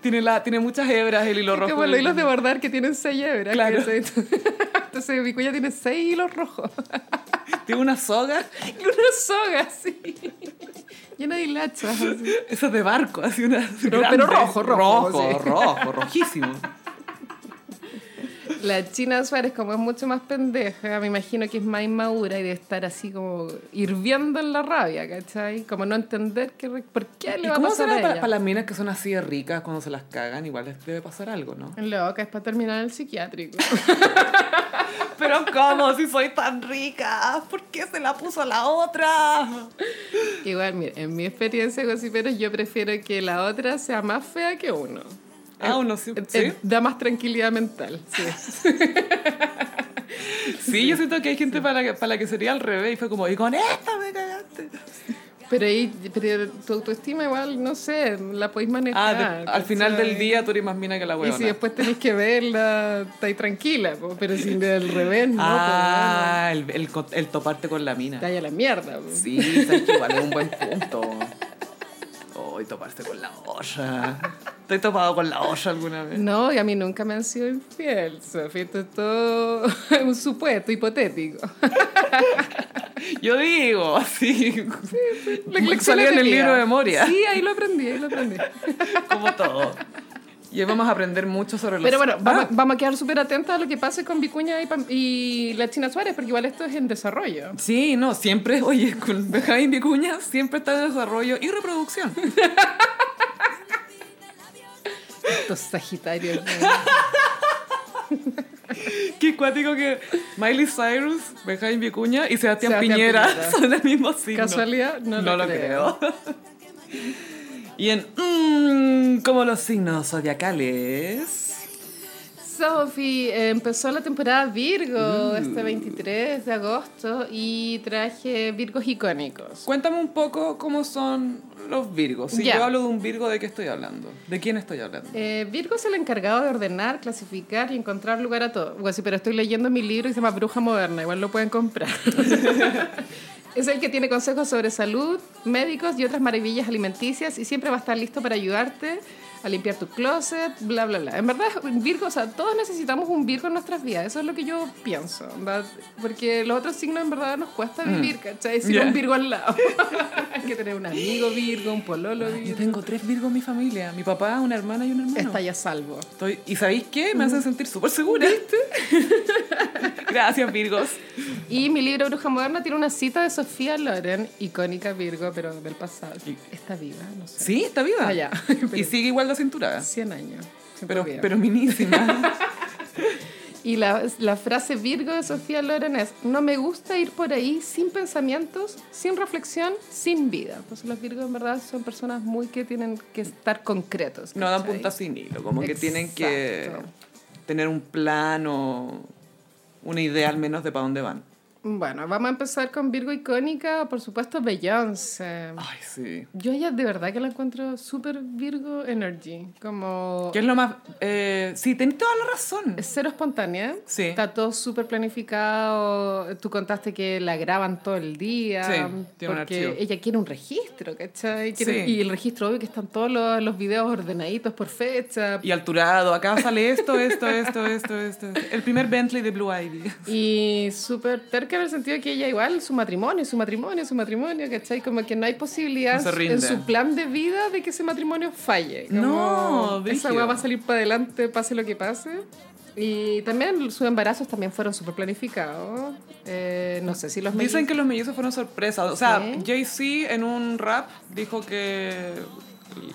[SPEAKER 1] Tiene, la, tiene muchas hebras el hilo
[SPEAKER 2] Es
[SPEAKER 1] rojo.
[SPEAKER 2] como los hilos de bordar que tienen seis hebras.
[SPEAKER 1] Claro.
[SPEAKER 2] ¿cachai? Entonces Vicuña tiene seis hilos rojos.
[SPEAKER 1] Tiene una soga,
[SPEAKER 2] Y una soga así. Llena de hilachas. así.
[SPEAKER 1] esas de barco, así una.
[SPEAKER 2] Pero-
[SPEAKER 1] grande.
[SPEAKER 2] pero rojo, rojo,
[SPEAKER 1] Rojo,
[SPEAKER 2] sí.
[SPEAKER 1] rojo, rojísimo.
[SPEAKER 2] La China Suárez, como es mucho más pendeja, me imagino que es más inmadura y debe estar así como hirviendo en la rabia, ¿cachai? Como no entender que, re- por qué
[SPEAKER 1] ¿Y
[SPEAKER 2] le va a
[SPEAKER 1] cómo
[SPEAKER 2] pasar
[SPEAKER 1] será
[SPEAKER 2] a
[SPEAKER 1] para,
[SPEAKER 2] ella.
[SPEAKER 1] para las minas que son así de ricas cuando se las cagan? Igual les debe pasar algo, ¿no?
[SPEAKER 2] Loca, es para terminar el psiquiátrico.
[SPEAKER 1] Pero ¿cómo? Si soy tan rica, ¿por qué se la puso la otra?
[SPEAKER 2] Igual, mira, en mi experiencia, pero yo prefiero que la otra sea más fea que uno.
[SPEAKER 1] Ah, uno sí.
[SPEAKER 2] Eh, Da más tranquilidad mental. Sí.
[SPEAKER 1] Sí, Sí, yo siento que hay gente para, la que- para la que sería al revés y fue como, y con esta me cagaste.
[SPEAKER 2] Pero, ahí, pero tu autoestima igual, no sé, la podéis
[SPEAKER 1] Ah,
[SPEAKER 2] manejar.
[SPEAKER 1] de- al final
[SPEAKER 2] ¿cachai?
[SPEAKER 1] del día tú eres más mina que la
[SPEAKER 2] Y
[SPEAKER 1] huevona.
[SPEAKER 2] si después tenéis que verla, estáis tranquila, po, pero si del revés, no. po,
[SPEAKER 1] ah, el, el, co- el toparte con la mina.
[SPEAKER 2] bueno, estáis a la mierda. po.
[SPEAKER 1] Sí, sabes que igual es un buen punto. Hoy toparse con la olla. ¿Te he topado con la olla alguna vez?
[SPEAKER 2] No, y a mí nunca me han sido infiel, Sofía. Esto es todo un supuesto hipotético.
[SPEAKER 1] Yo digo, así.
[SPEAKER 2] Lecciones
[SPEAKER 1] Salió en
[SPEAKER 2] de
[SPEAKER 1] el
[SPEAKER 2] vida.
[SPEAKER 1] libro de memoria,
[SPEAKER 2] Sí, ahí lo aprendí, ahí lo aprendí.
[SPEAKER 1] como todo. Y hoy vamos a aprender mucho sobre los.
[SPEAKER 2] Pero bueno, vamos,
[SPEAKER 1] Ah,
[SPEAKER 2] vamos a quedar súper atentas a lo que pase con Vicuña y, Pam- y la China Suárez, porque igual esto es en desarrollo.
[SPEAKER 1] Sí, no, siempre, oye, con Benjamín Vicuña siempre está en desarrollo y reproducción.
[SPEAKER 2] Estos Sagitarios. ¿no?
[SPEAKER 1] Qué cuático que Miley Cyrus, Benjamín Vicuña y Sebastián,
[SPEAKER 2] Sebastián
[SPEAKER 1] Piñera,
[SPEAKER 2] Piñera.
[SPEAKER 1] son el mismo signo.
[SPEAKER 2] Casualidad, no,
[SPEAKER 1] lo creo. y en mmm, como los signos zodiacales.
[SPEAKER 2] Sophie eh, empezó la temporada Virgo este 23 de agosto y traje Virgos icónicos.
[SPEAKER 1] Cuéntame un poco cómo son los Virgos. Si
[SPEAKER 2] Ya.
[SPEAKER 1] yo hablo de un Virgo, ¿de qué estoy hablando? ¿De quién estoy hablando?
[SPEAKER 2] Eh, Virgo es el encargado de ordenar, clasificar y encontrar lugar a todo. Bueno, sí, pero estoy leyendo mi libro que se llama Bruja Moderna, igual lo pueden comprar. es el que tiene consejos sobre salud, médicos y otras maravillas alimenticias y siempre va a estar listo para ayudarte a limpiar tu closet, bla, bla, bla. En verdad, Virgo, o sea, todos necesitamos un Virgo en nuestras vidas, eso es lo que yo pienso, ¿verdad? porque los otros signos en verdad nos cuesta
[SPEAKER 1] Mm.
[SPEAKER 2] vivir, ¿cachai? Sin
[SPEAKER 1] Yeah.
[SPEAKER 2] un Virgo al lado. Hay que tener un amigo Virgo, un pololo
[SPEAKER 1] Yo
[SPEAKER 2] Virgo.
[SPEAKER 1] tengo tres Virgos en mi familia. Mi papá, una hermana y un hermano.
[SPEAKER 2] Está ya a salvo.
[SPEAKER 1] Estoy- ¿Y sabéis qué? Me hacen sentir súper segura. Gracias, Virgos.
[SPEAKER 2] Y mi libro Bruja Moderna tiene una cita de Sofía Loren, icónica Virgo, pero del pasado.
[SPEAKER 1] Y-
[SPEAKER 2] Está viva, no sé.
[SPEAKER 1] Sí, está viva. pues
[SPEAKER 2] Ah, ya.
[SPEAKER 1] Y sigue igual la cintura.
[SPEAKER 2] 100 años. siempre
[SPEAKER 1] Pero,
[SPEAKER 2] viva.
[SPEAKER 1] pero minísima.
[SPEAKER 2] Y la, la frase Virgo de Sofía Loren es, no me gusta ir por ahí sin pensamientos, sin reflexión, sin vida. Entonces los Virgos en verdad son personas muy que tienen que estar concretos.
[SPEAKER 1] No dan
[SPEAKER 2] ¿cachai?
[SPEAKER 1] puntas sin hilo. Como que tienen que
[SPEAKER 2] Exacto.
[SPEAKER 1] tener un plan o una idea al menos de para dónde van.
[SPEAKER 2] Bueno, vamos a empezar con Virgo icónica, por supuesto Beyoncé.
[SPEAKER 1] Ay, sí.
[SPEAKER 2] Yo ella de verdad que la encuentro súper Virgo Energy, como...
[SPEAKER 1] ¿Qué es lo más...? eh, sí, tenés toda la razón.
[SPEAKER 2] Es cero espontánea.
[SPEAKER 1] Sí.
[SPEAKER 2] Está todo súper planificado. Tú contaste que la graban todo el día.
[SPEAKER 1] Sí, tiene un
[SPEAKER 2] porque
[SPEAKER 1] archivo.
[SPEAKER 2] ella quiere un registro, ¿cachai? Quiere-
[SPEAKER 1] Sí.
[SPEAKER 2] Y el registro, obvio, que están todos los, los videos ordenaditos por fecha.
[SPEAKER 1] Y alturado, acá sale esto, esto, esto, esto, esto. esto. El primer Bentley de Blue Ivy.
[SPEAKER 2] Y súper terca en el sentido que ella igual, su matrimonio, su matrimonio, su matrimonio, ¿cachai? Como que no hay posibilidad
[SPEAKER 1] No se rinde.
[SPEAKER 2] en su plan de vida de que ese matrimonio falle. Como
[SPEAKER 1] No,
[SPEAKER 2] esa
[SPEAKER 1] brígido.
[SPEAKER 2] weá va a salir para adelante, pase lo que pase. Y también sus embarazos también fueron súper planificados. Eh, no sé si los
[SPEAKER 1] Dicen
[SPEAKER 2] mellizos-
[SPEAKER 1] que los mellizos fueron sorpresa. O sea,
[SPEAKER 2] Sí.
[SPEAKER 1] Jay-Z en un rap dijo que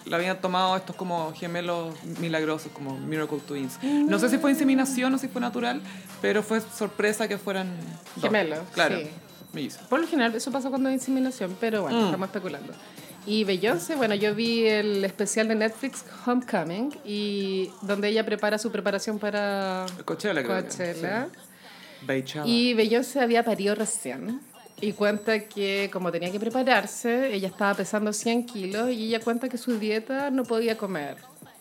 [SPEAKER 1] la habían tomado estos como gemelos milagrosos, como Miracle Twins. No sé si fue inseminación o si fue natural, pero fue sorpresa que fueran dos.
[SPEAKER 2] Gemelos,
[SPEAKER 1] Claro,
[SPEAKER 2] sí.
[SPEAKER 1] mellizos.
[SPEAKER 2] Por lo general eso pasa cuando hay inseminación, pero bueno,
[SPEAKER 1] Mm.
[SPEAKER 2] estamos especulando. Y Beyoncé, bueno, yo vi el especial de Netflix Homecoming y donde ella prepara su preparación para
[SPEAKER 1] Coachella, creo que,
[SPEAKER 2] Coachella.
[SPEAKER 1] sí. Beychella.
[SPEAKER 2] Y Beyoncé había parido recién. Y cuenta que como tenía que prepararse, ella estaba pesando 100 kilos y ella cuenta que su dieta no podía comer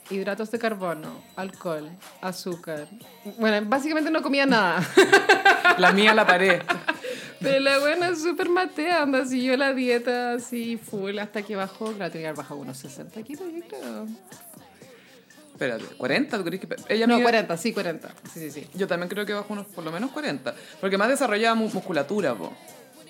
[SPEAKER 2] hidratos de carbono, alcohol, azúcar. Bueno, básicamente no comía nada.
[SPEAKER 1] La mía la pared.
[SPEAKER 2] Pero la buena es súper matea, anda, siguió la dieta así full hasta que bajó, claro, tenía que haber bajado unos 60 kilos, yo creo.
[SPEAKER 1] Espérate, ¿40? ¿Tú crees que.? Ella
[SPEAKER 2] No,
[SPEAKER 1] mide-
[SPEAKER 2] 40, sí, 40. Sí, sí, sí.
[SPEAKER 1] Yo también creo que bajo unos por lo menos 40. Porque más desarrollada mu- musculatura, po.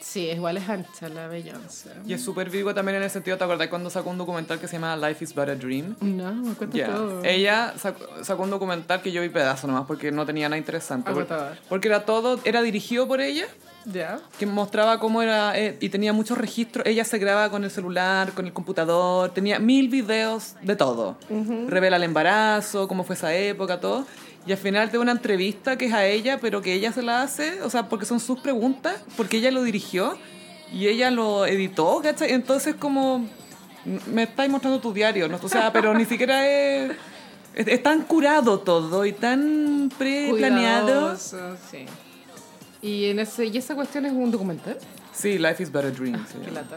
[SPEAKER 2] Sí, igual es ancha la Beyoncé.
[SPEAKER 1] Y es súper vivo también en el sentido, ¿te acordás cuando sacó un documental que se llama Life is But a Dream?
[SPEAKER 2] No, me cuento
[SPEAKER 1] Ya. Eh,
[SPEAKER 2] todo.
[SPEAKER 1] Ella sacó, sacó un documental que yo vi pedazo nomás porque no tenía nada interesante. Por-
[SPEAKER 2] Agotador.
[SPEAKER 1] Porque, era todo, era dirigido por ella,
[SPEAKER 2] ¿Ya?
[SPEAKER 1] que mostraba cómo era eh, y tenía muchos registros. Ella se grababa con el celular, con el computador, tenía mil videos de todo. Revela el embarazo, cómo fue esa época, todo. Y al final te da una entrevista que es a ella, pero que ella se la hace, o sea, porque son sus preguntas, porque ella lo dirigió y ella lo editó, ¿cachai? Entonces como me estáis mostrando tu diario, ¿no? O sea, pero ni siquiera es, es, es tan curado todo y tan pre-planeado.
[SPEAKER 2] Cuidadoso, sí. Y, en ese, y esa cuestión es un documental.
[SPEAKER 1] Sí, Life is But a Dream. se
[SPEAKER 2] Qué
[SPEAKER 1] llama.
[SPEAKER 2] lata.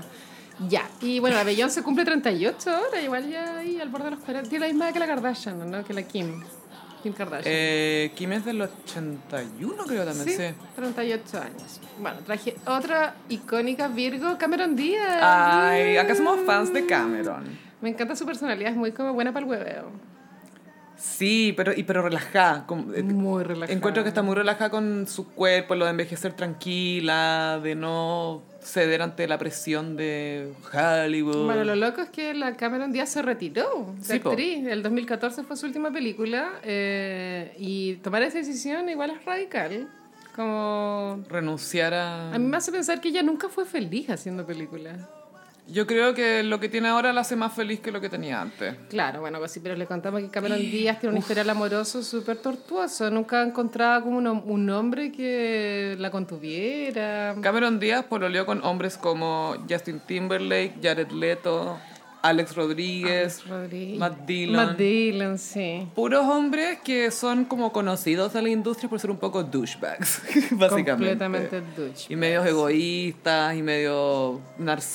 [SPEAKER 2] Ya, y bueno, la Beyoncé cumple 38 ahora, igual ya ahí al borde de los 40. Tiene la misma edad que la Kardashian, ¿no? Que la Kim. Kim Kardashian.
[SPEAKER 1] Eh, Kim es del 81, creo también, sí.
[SPEAKER 2] Sí, 38 años. Bueno, traje otra icónica Virgo, Cameron Díaz.
[SPEAKER 1] Ay, acá
[SPEAKER 2] Mm.
[SPEAKER 1] somos fans de Cameron.
[SPEAKER 2] Me encanta su personalidad, es muy como buena para el hueveo.
[SPEAKER 1] Sí, pero, y, pero relajada. como- eh,
[SPEAKER 2] Muy relajada.
[SPEAKER 1] Encuentro que está muy relajada con su cuerpo, lo de envejecer tranquila, de no ceder ante la presión de Hollywood.
[SPEAKER 2] Bueno, lo loco es que la Cameron Díaz se retiró de
[SPEAKER 1] Sí, po.
[SPEAKER 2] actriz. El 2014 fue su última película. eh, y tomar esa decisión igual es radical. Como.
[SPEAKER 1] Renunciar a...
[SPEAKER 2] A mí me hace pensar que ella nunca fue feliz haciendo películas.
[SPEAKER 1] Yo creo que lo que tiene ahora la hace más feliz que lo que tenía antes.
[SPEAKER 2] Claro, bueno, pues sí, pero le contamos que Cameron Díaz tiene un historial amoroso súper tortuoso. Nunca encontraba como un, hom- un hombre que la contuviera.
[SPEAKER 1] Cameron Díaz pololeó con hombres como Justin Timberlake, Jared Leto, Alex Rodríguez,
[SPEAKER 2] Rodríguez.
[SPEAKER 1] Matt Dillon.
[SPEAKER 2] Matt Dillon, sí.
[SPEAKER 1] Puros hombres que son como conocidos de la industria por ser un poco douchebags, básicamente.
[SPEAKER 2] Completamente douche.
[SPEAKER 1] Y medios egoístas, y medio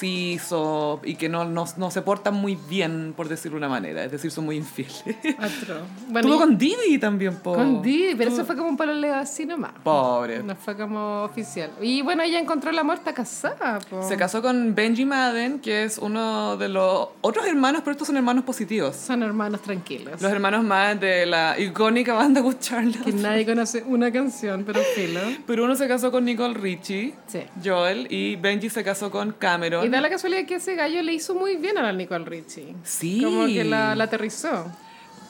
[SPEAKER 1] narcisos, y que no, no, no se portan muy bien, por decirlo de una manera. Es decir, son muy infieles.
[SPEAKER 2] Atro.
[SPEAKER 1] Estuvo
[SPEAKER 2] y-
[SPEAKER 1] con Didi también, po.
[SPEAKER 2] con Dee, pero eso fue como un paloleo así nomás.
[SPEAKER 1] Pobre.
[SPEAKER 2] No fue como oficial. Y bueno, ella encontró la muerta casada. po.
[SPEAKER 1] Se casó con Benji Madden, que es uno de los otros hermanos, pero estos son hermanos positivos.
[SPEAKER 2] Son hermanos tranquilos.
[SPEAKER 1] Los hermanos Madden de la icónica banda Good Charlotte.
[SPEAKER 2] Que nadie conoce una canción, pero filo.
[SPEAKER 1] Pero uno se casó con Nicole Richie,
[SPEAKER 2] Sí.
[SPEAKER 1] Joel, y Benji se casó con Cameron.
[SPEAKER 2] Y da la casualidad que ese gallo le hizo muy bien a la Nicole Richie.
[SPEAKER 1] Sí.
[SPEAKER 2] Como que la, la aterrizó.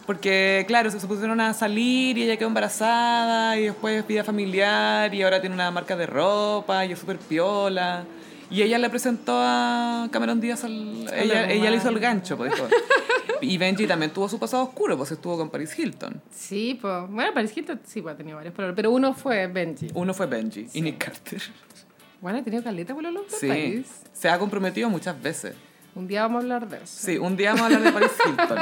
[SPEAKER 1] Porque, claro, se, se pusieron a salir y ella quedó embarazada y después vida familiar y ahora tiene una marca de ropa y es súper piola. Y ella le presentó a Cameron Díaz, al- ella,
[SPEAKER 2] mamá.
[SPEAKER 1] ella le hizo el gancho, por eso. y Benji también tuvo su pasado oscuro, pues estuvo con Paris Hilton.
[SPEAKER 2] Sí, pues. Bueno, Paris Hilton sí, pues ha tenido varios pololos, Pero uno fue Benji.
[SPEAKER 1] Uno fue Benji y Nick Carter.
[SPEAKER 2] Bueno, ha tenido caleta pololo por
[SPEAKER 1] Sí,
[SPEAKER 2] Paris.
[SPEAKER 1] se ha comprometido muchas veces.
[SPEAKER 2] Un día vamos a hablar de eso.
[SPEAKER 1] Sí, un día vamos a hablar de Paris Hilton.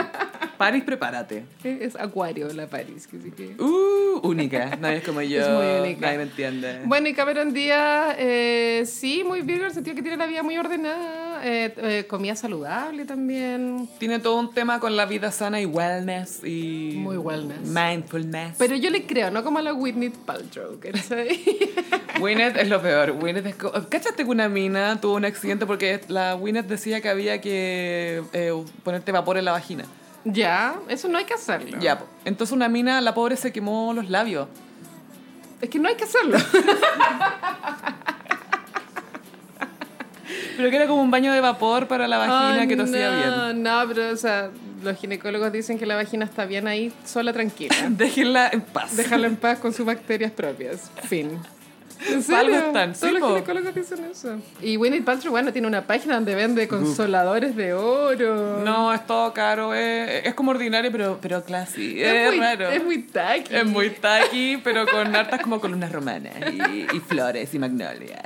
[SPEAKER 1] Paris, prepárate.
[SPEAKER 2] Es acuario la Paris, que sí que...
[SPEAKER 1] Uh, única, nadie es como yo,
[SPEAKER 2] Es muy única.
[SPEAKER 1] nadie me entiende.
[SPEAKER 2] Bueno, y Cameron Díaz, eh, sí, muy virgo en el sentido que tiene la vida muy ordenada, eh, eh, comida saludable también.
[SPEAKER 1] Tiene todo un tema con la vida sana y wellness y...
[SPEAKER 2] Muy wellness.
[SPEAKER 1] Mindfulness.
[SPEAKER 2] Pero yo le creo, no como a la Whitney Paltrow, ¿cachai?
[SPEAKER 1] Winnet es lo peor. Winnet es... co- ¿Cachaste que una mina tuvo un accidente porque la Winnet decía que había que eh, ponerte vapor en la vagina?
[SPEAKER 2] ya, eso no hay que hacerlo.
[SPEAKER 1] Ya, po. entonces una mina, la pobre, se quemó los labios.
[SPEAKER 2] Es que no hay que hacerlo.
[SPEAKER 1] Pero que era como un baño de vapor para la vagina
[SPEAKER 2] Ay,
[SPEAKER 1] que te hacía
[SPEAKER 2] no,
[SPEAKER 1] bien.
[SPEAKER 2] No, pero, o sea, los ginecólogos dicen que la vagina está bien ahí, sola, tranquila.
[SPEAKER 1] Déjenla en paz.
[SPEAKER 2] Déjala en paz con sus bacterias propias. Fin. ¿En
[SPEAKER 1] algo están,
[SPEAKER 2] Todos
[SPEAKER 1] sí,
[SPEAKER 2] los
[SPEAKER 1] po.
[SPEAKER 2] ginecólogos dicen eso. Y Winnie Paltrow, bueno, tiene una página donde vende consoladores de oro.
[SPEAKER 1] No, es todo caro. Es, es como ordinario, pero, pero classy. Es,
[SPEAKER 2] muy,
[SPEAKER 1] raro.
[SPEAKER 2] Es muy tacky.
[SPEAKER 1] Es muy taqui, pero con hartas como columnas romanas y, y flores y magnolias.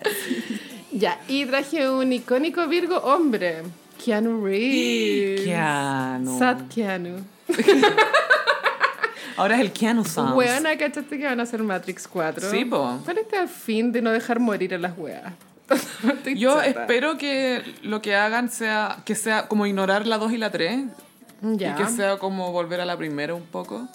[SPEAKER 2] Ya, y traje un icónico Virgo hombre. Keanu Reeves.
[SPEAKER 1] Keanu.
[SPEAKER 2] Sad Keanu.
[SPEAKER 1] Ahora es el Keanu Sans.
[SPEAKER 2] Weona, ¿cachaste que van a hacer Matrix 4?
[SPEAKER 1] Ah. Sí, po.
[SPEAKER 2] ¿Cuál es el fin de no dejar morir a las weas? Estoy
[SPEAKER 1] Yo
[SPEAKER 2] chata.
[SPEAKER 1] espero que lo que hagan sea que sea como ignorar la 2 y la 3
[SPEAKER 2] Ya.
[SPEAKER 1] y que sea como volver a la primera un poco.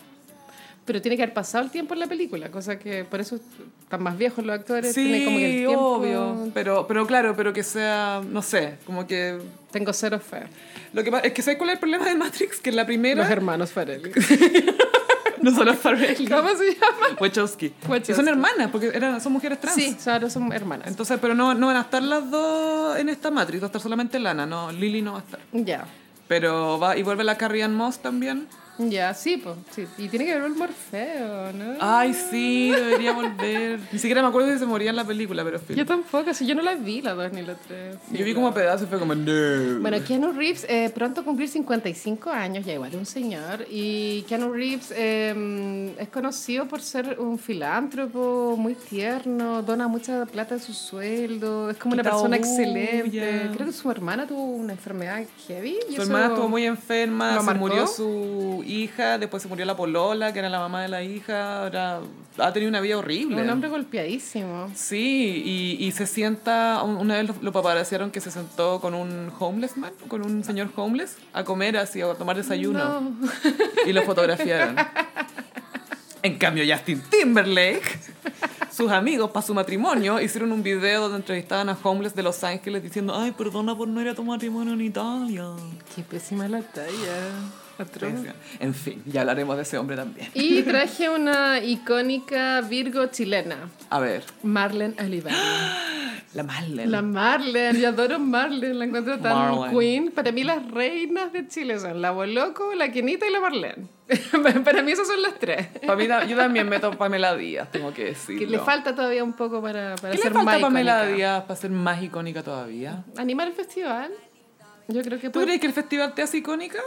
[SPEAKER 2] Pero tiene que haber pasado el tiempo en la película, cosa que por eso están más viejos los actores. tienen
[SPEAKER 1] Sí,
[SPEAKER 2] como que el tiempo-
[SPEAKER 1] obvio, pero pero claro, pero que sea, no sé, como que
[SPEAKER 2] Tengo cero fe.
[SPEAKER 1] lo que pasa es que ¿sabes cuál es el problema de Matrix? Que en la
[SPEAKER 2] Los
[SPEAKER 1] primera
[SPEAKER 2] hermanos Farelli.
[SPEAKER 1] no son los Farrelly,
[SPEAKER 2] ¿Cómo se llama?
[SPEAKER 1] Wachowski.
[SPEAKER 2] Wachowski.
[SPEAKER 1] Que son hermanas porque eran son mujeres trans.
[SPEAKER 2] Sí, ahora son hermanas.
[SPEAKER 1] Entonces, pero no, no van a estar las dos en esta Matrix, va a estar solamente Lana, no, Lily no va a estar.
[SPEAKER 2] ya.
[SPEAKER 1] Pero va, y vuelve la Carrie Ann Moss también.
[SPEAKER 2] Ya, sí, pues. Sí. Y tiene que ver el Morfeo, ¿no?
[SPEAKER 1] Ay, sí, debería volver. Ni siquiera me acuerdo si se moría en la película, pero fin.
[SPEAKER 2] Yo tampoco, si yo no la vi la 2 ni la 3.
[SPEAKER 1] Yo vi como pedazos y fue como, no.
[SPEAKER 2] Bueno, Keanu Reeves eh, pronto cumplir 55 años, ya igual es un señor. Y Keanu Reeves eh, es conocido por ser un filántropo muy tierno, dona mucha plata de su sueldo, es como una
[SPEAKER 1] Quita
[SPEAKER 2] persona
[SPEAKER 1] bulla.
[SPEAKER 2] excelente. Creo que su hermana tuvo una enfermedad heavy. y
[SPEAKER 1] su
[SPEAKER 2] eso-
[SPEAKER 1] hermana estuvo muy enferma,
[SPEAKER 2] ¿Lo
[SPEAKER 1] se
[SPEAKER 2] marcó?
[SPEAKER 1] murió su su hija, después se murió la polola, que era la mamá de la hija, ahora ha tenido una vida horrible.
[SPEAKER 2] Un hombre golpeadísimo.
[SPEAKER 1] Sí, y, y se sienta, un- una vez lo, lo paparazziaron que se sentó con un homeless man, con un señor homeless, a comer así, a tomar desayuno,
[SPEAKER 2] No.
[SPEAKER 1] y lo fotografiaron. En cambio, Justin Timberlake, sus amigos para su matrimonio, hicieron un video donde entrevistaban a homeless de Los Ángeles diciendo, ay, perdona por no ir a tu matrimonio en Italia.
[SPEAKER 2] Qué pésima la talla. Atroz.
[SPEAKER 1] En fin, ya hablaremos de ese hombre también.
[SPEAKER 2] Y traje una icónica Virgo chilena,
[SPEAKER 1] A ver,
[SPEAKER 2] Marlene Olivares.
[SPEAKER 1] la Marlene.
[SPEAKER 2] La Marlene, yo adoro Marlene, la encuentro tan
[SPEAKER 1] Marlene.
[SPEAKER 2] queen. Para mí las reinas de Chile son la Boloco, la Quinita y la Marlene. Para mí esas son las tres.
[SPEAKER 1] Pa' mí da- yo también meto a Pamela Díaz, tengo que decirlo.
[SPEAKER 2] Que le falta todavía un poco para, para
[SPEAKER 1] ¿Qué le
[SPEAKER 2] ser
[SPEAKER 1] falta
[SPEAKER 2] más
[SPEAKER 1] a Pamela
[SPEAKER 2] icónica.
[SPEAKER 1] Díaz para ser más icónica todavía?
[SPEAKER 2] Animar el festival. Yo creo que
[SPEAKER 1] ¿Tú
[SPEAKER 2] puede-
[SPEAKER 1] crees que el festival te hace icónica?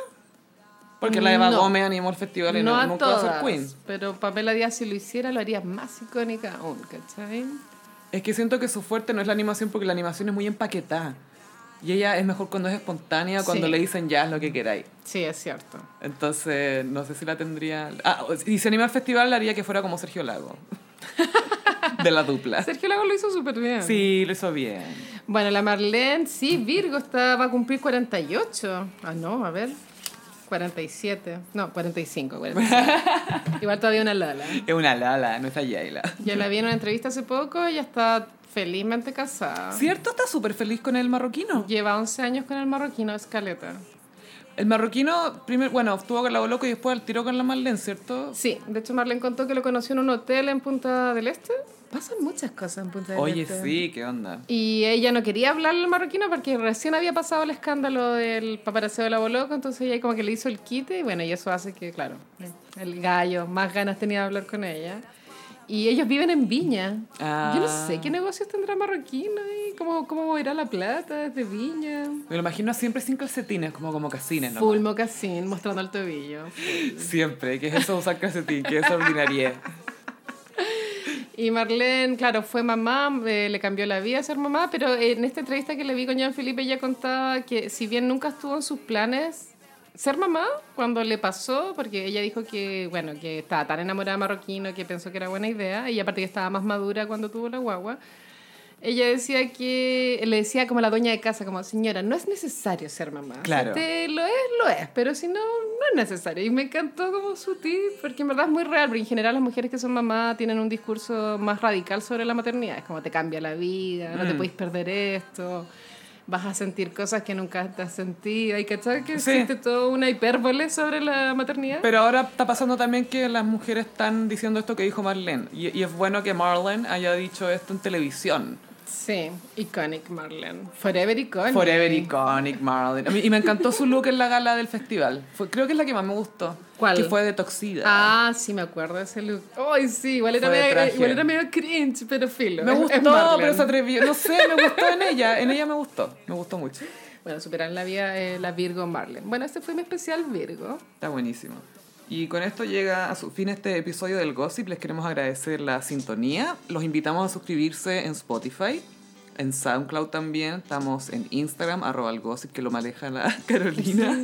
[SPEAKER 1] Porque la Eva
[SPEAKER 2] Pues No.
[SPEAKER 1] Gómez animó el festival y
[SPEAKER 2] no
[SPEAKER 1] no,
[SPEAKER 2] a
[SPEAKER 1] nunca va a
[SPEAKER 2] todas,
[SPEAKER 1] ser Queen.
[SPEAKER 2] pero Pamela Díaz si lo hiciera lo haría más icónica aún, ¿cachai?
[SPEAKER 1] Es que siento que su fuerte no es la animación porque la animación es muy empaquetada. Y ella es mejor cuando es espontánea, cuando
[SPEAKER 2] Sí.
[SPEAKER 1] le dicen ya es lo que queráis.
[SPEAKER 2] Sí, es cierto.
[SPEAKER 1] Entonces, no sé si la tendría... Ah, o- y si anima al festival, la haría que fuera como Sergio Lago. De la dupla.
[SPEAKER 2] Sergio Lago lo hizo súper bien.
[SPEAKER 1] Ah. Sí, lo hizo bien.
[SPEAKER 2] Bueno, la Marlene, sí, Virgo está, va a cumplir 48. Ah, no, a ver. 47. No, 45. 45. Igual todavía una Lala.
[SPEAKER 1] Es una lala, no está Yaila.
[SPEAKER 2] Yo la vi en una entrevista hace poco, ella está felizmente casada.
[SPEAKER 1] ¿Cierto? Está súper feliz con el marroquino.
[SPEAKER 2] Lleva 11 años con el marroquino Escaleta.
[SPEAKER 1] El marroquino, primero, bueno, estuvo con la Boloco y después al tiro con la Marlene, ¿cierto?
[SPEAKER 2] Sí, de hecho Marlene contó que lo conoció en un hotel en Punta del Este. Pasan muchas cosas en Punta del
[SPEAKER 1] Oye,
[SPEAKER 2] Este.
[SPEAKER 1] sí, ¿qué onda?
[SPEAKER 2] Y ella no quería hablarle al marroquino porque recién había pasado el escándalo del paparazzo de la Boloco, entonces ella como que le hizo el quite y bueno, y eso hace que, claro, el gallo más ganas tenía de hablar con ella. Y ellos viven en Viña.
[SPEAKER 1] Ah.
[SPEAKER 2] Yo no sé qué negocios tendrá marroquino y cómo, cómo moverá la plata desde Viña.
[SPEAKER 1] Me lo imagino siempre sin calcetines, como como casines, ¿no?
[SPEAKER 2] Full mocasín, mostrando el tobillo.
[SPEAKER 1] Siempre, que es eso de usar calcetín, que es ordinaria.
[SPEAKER 2] Y Marlene, claro, fue mamá, eh, le cambió la vida ser mamá, pero en esta entrevista que le vi con Jean Felipe ella contaba que si bien nunca estuvo en sus planes ser mamá, cuando le pasó, porque ella dijo que, bueno, que estaba tan enamorada de Marroquino que pensó que era buena idea, y aparte que estaba más madura cuando tuvo la guagua, ella decía que, le decía como la dueña de casa, como, señora, no es necesario ser mamá.
[SPEAKER 1] Claro.
[SPEAKER 2] Si te Eh, lo es, lo es, pero si no, no es necesario. Y me encantó como su tip, porque en verdad es muy real, porque en general las mujeres que son mamá tienen un discurso más radical sobre la maternidad. Es como, te cambia la vida, no te
[SPEAKER 1] Mm.
[SPEAKER 2] puedes perder esto, vas a sentir cosas que nunca te has sentido. Y cachar que
[SPEAKER 1] Sí.
[SPEAKER 2] existe toda una hipérbole sobre la maternidad.
[SPEAKER 1] Pero ahora está pasando también que las mujeres están diciendo esto que dijo Marlene. Y, y es bueno que Marlene haya dicho esto en televisión.
[SPEAKER 2] Sí, iconic Marlene. Forever iconic.
[SPEAKER 1] Forever iconic Marlene. A mí- Y me encantó su look en la gala del festival. Fue- creo que es la que más me gustó.
[SPEAKER 2] ¿Cuál?
[SPEAKER 1] Que fue de Toxida.
[SPEAKER 2] Ah, sí, me acuerdo de ese look. Ay, sí, igual era,
[SPEAKER 1] Fue de
[SPEAKER 2] medio,
[SPEAKER 1] traje.
[SPEAKER 2] igual era medio cringe, pero filo.
[SPEAKER 1] me
[SPEAKER 2] es- es
[SPEAKER 1] gustó,
[SPEAKER 2] Marlene.
[SPEAKER 1] pero se atrevió. No sé, me gustó en ella. En ella me gustó. Me gustó mucho.
[SPEAKER 2] Bueno, superar la vía eh, la Virgo Marlene. Bueno, este fue mi especial Virgo.
[SPEAKER 1] Está buenísimo. Y con esto llega a su fin este episodio del Gossip. Les queremos agradecer la sintonía. Los invitamos a suscribirse en Spotify, en SoundCloud también. Estamos en Instagram, arroba el Gossip, que lo maneja la Carolina.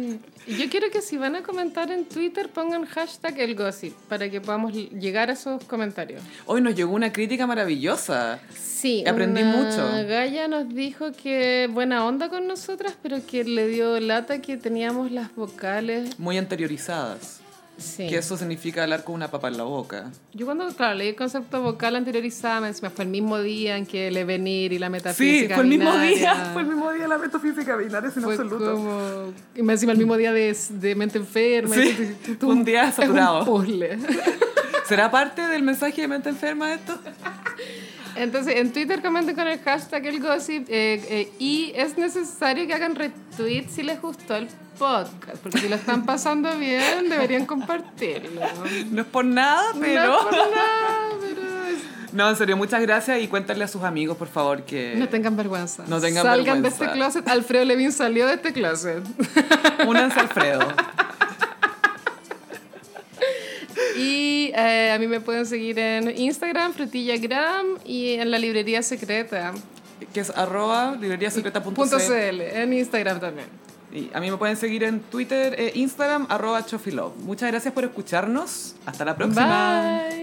[SPEAKER 2] Y Yo quiero que si van a comentar en Twitter pongan hashtag el gossip para que podamos l- llegar a esos comentarios.
[SPEAKER 1] Hoy nos llegó una crítica maravillosa.
[SPEAKER 2] Sí,
[SPEAKER 1] Y aprendí
[SPEAKER 2] una
[SPEAKER 1] mucho.
[SPEAKER 2] Gaya nos dijo que buena onda con nosotras, pero que le dio lata que teníamos las vocales.
[SPEAKER 1] Muy interiorizadas.
[SPEAKER 2] Sí.
[SPEAKER 1] Que eso significa hablar con una papa en la boca.
[SPEAKER 2] Yo cuando, claro, leí el concepto vocal anteriorizada, me encima fue el mismo día en que el venir y la metafísica binaria.
[SPEAKER 1] mismo día la metafísica binaria es en
[SPEAKER 2] Fue como... Y me encima el mismo día de, de mente enferma.
[SPEAKER 1] Sí,
[SPEAKER 2] Entonces,
[SPEAKER 1] un día
[SPEAKER 2] es
[SPEAKER 1] saturado.
[SPEAKER 2] Un puzzle.
[SPEAKER 1] ¿Será parte del mensaje de mente enferma esto?
[SPEAKER 2] Entonces, en Twitter comenten con el hashtag el gossip eh, eh, y es necesario que hagan retweet si les gustó el podcast, porque si lo están pasando bien, deberían compartirlo.
[SPEAKER 1] No es por nada, pero...
[SPEAKER 2] No es por nada, pero es-
[SPEAKER 1] No, en serio, muchas gracias y cuéntale a sus amigos, por favor, que
[SPEAKER 2] No tengan vergüenza.
[SPEAKER 1] Eh, No tengan
[SPEAKER 2] Salgan
[SPEAKER 1] vergüenza.
[SPEAKER 2] de este closet. Alfredo Levin salió de este closet.
[SPEAKER 1] únanse a Alfredo.
[SPEAKER 2] Y eh, a mí me pueden seguir en Instagram, frutillagram y en la librería secreta.
[SPEAKER 1] Que es arroba libreríasecreta.cl.
[SPEAKER 2] .cl, en Instagram también.
[SPEAKER 1] Y a mí me pueden seguir en Twitter, e Instagram, arroba chofilove. Muchas gracias por escucharnos. Hasta la próxima.
[SPEAKER 2] Bye.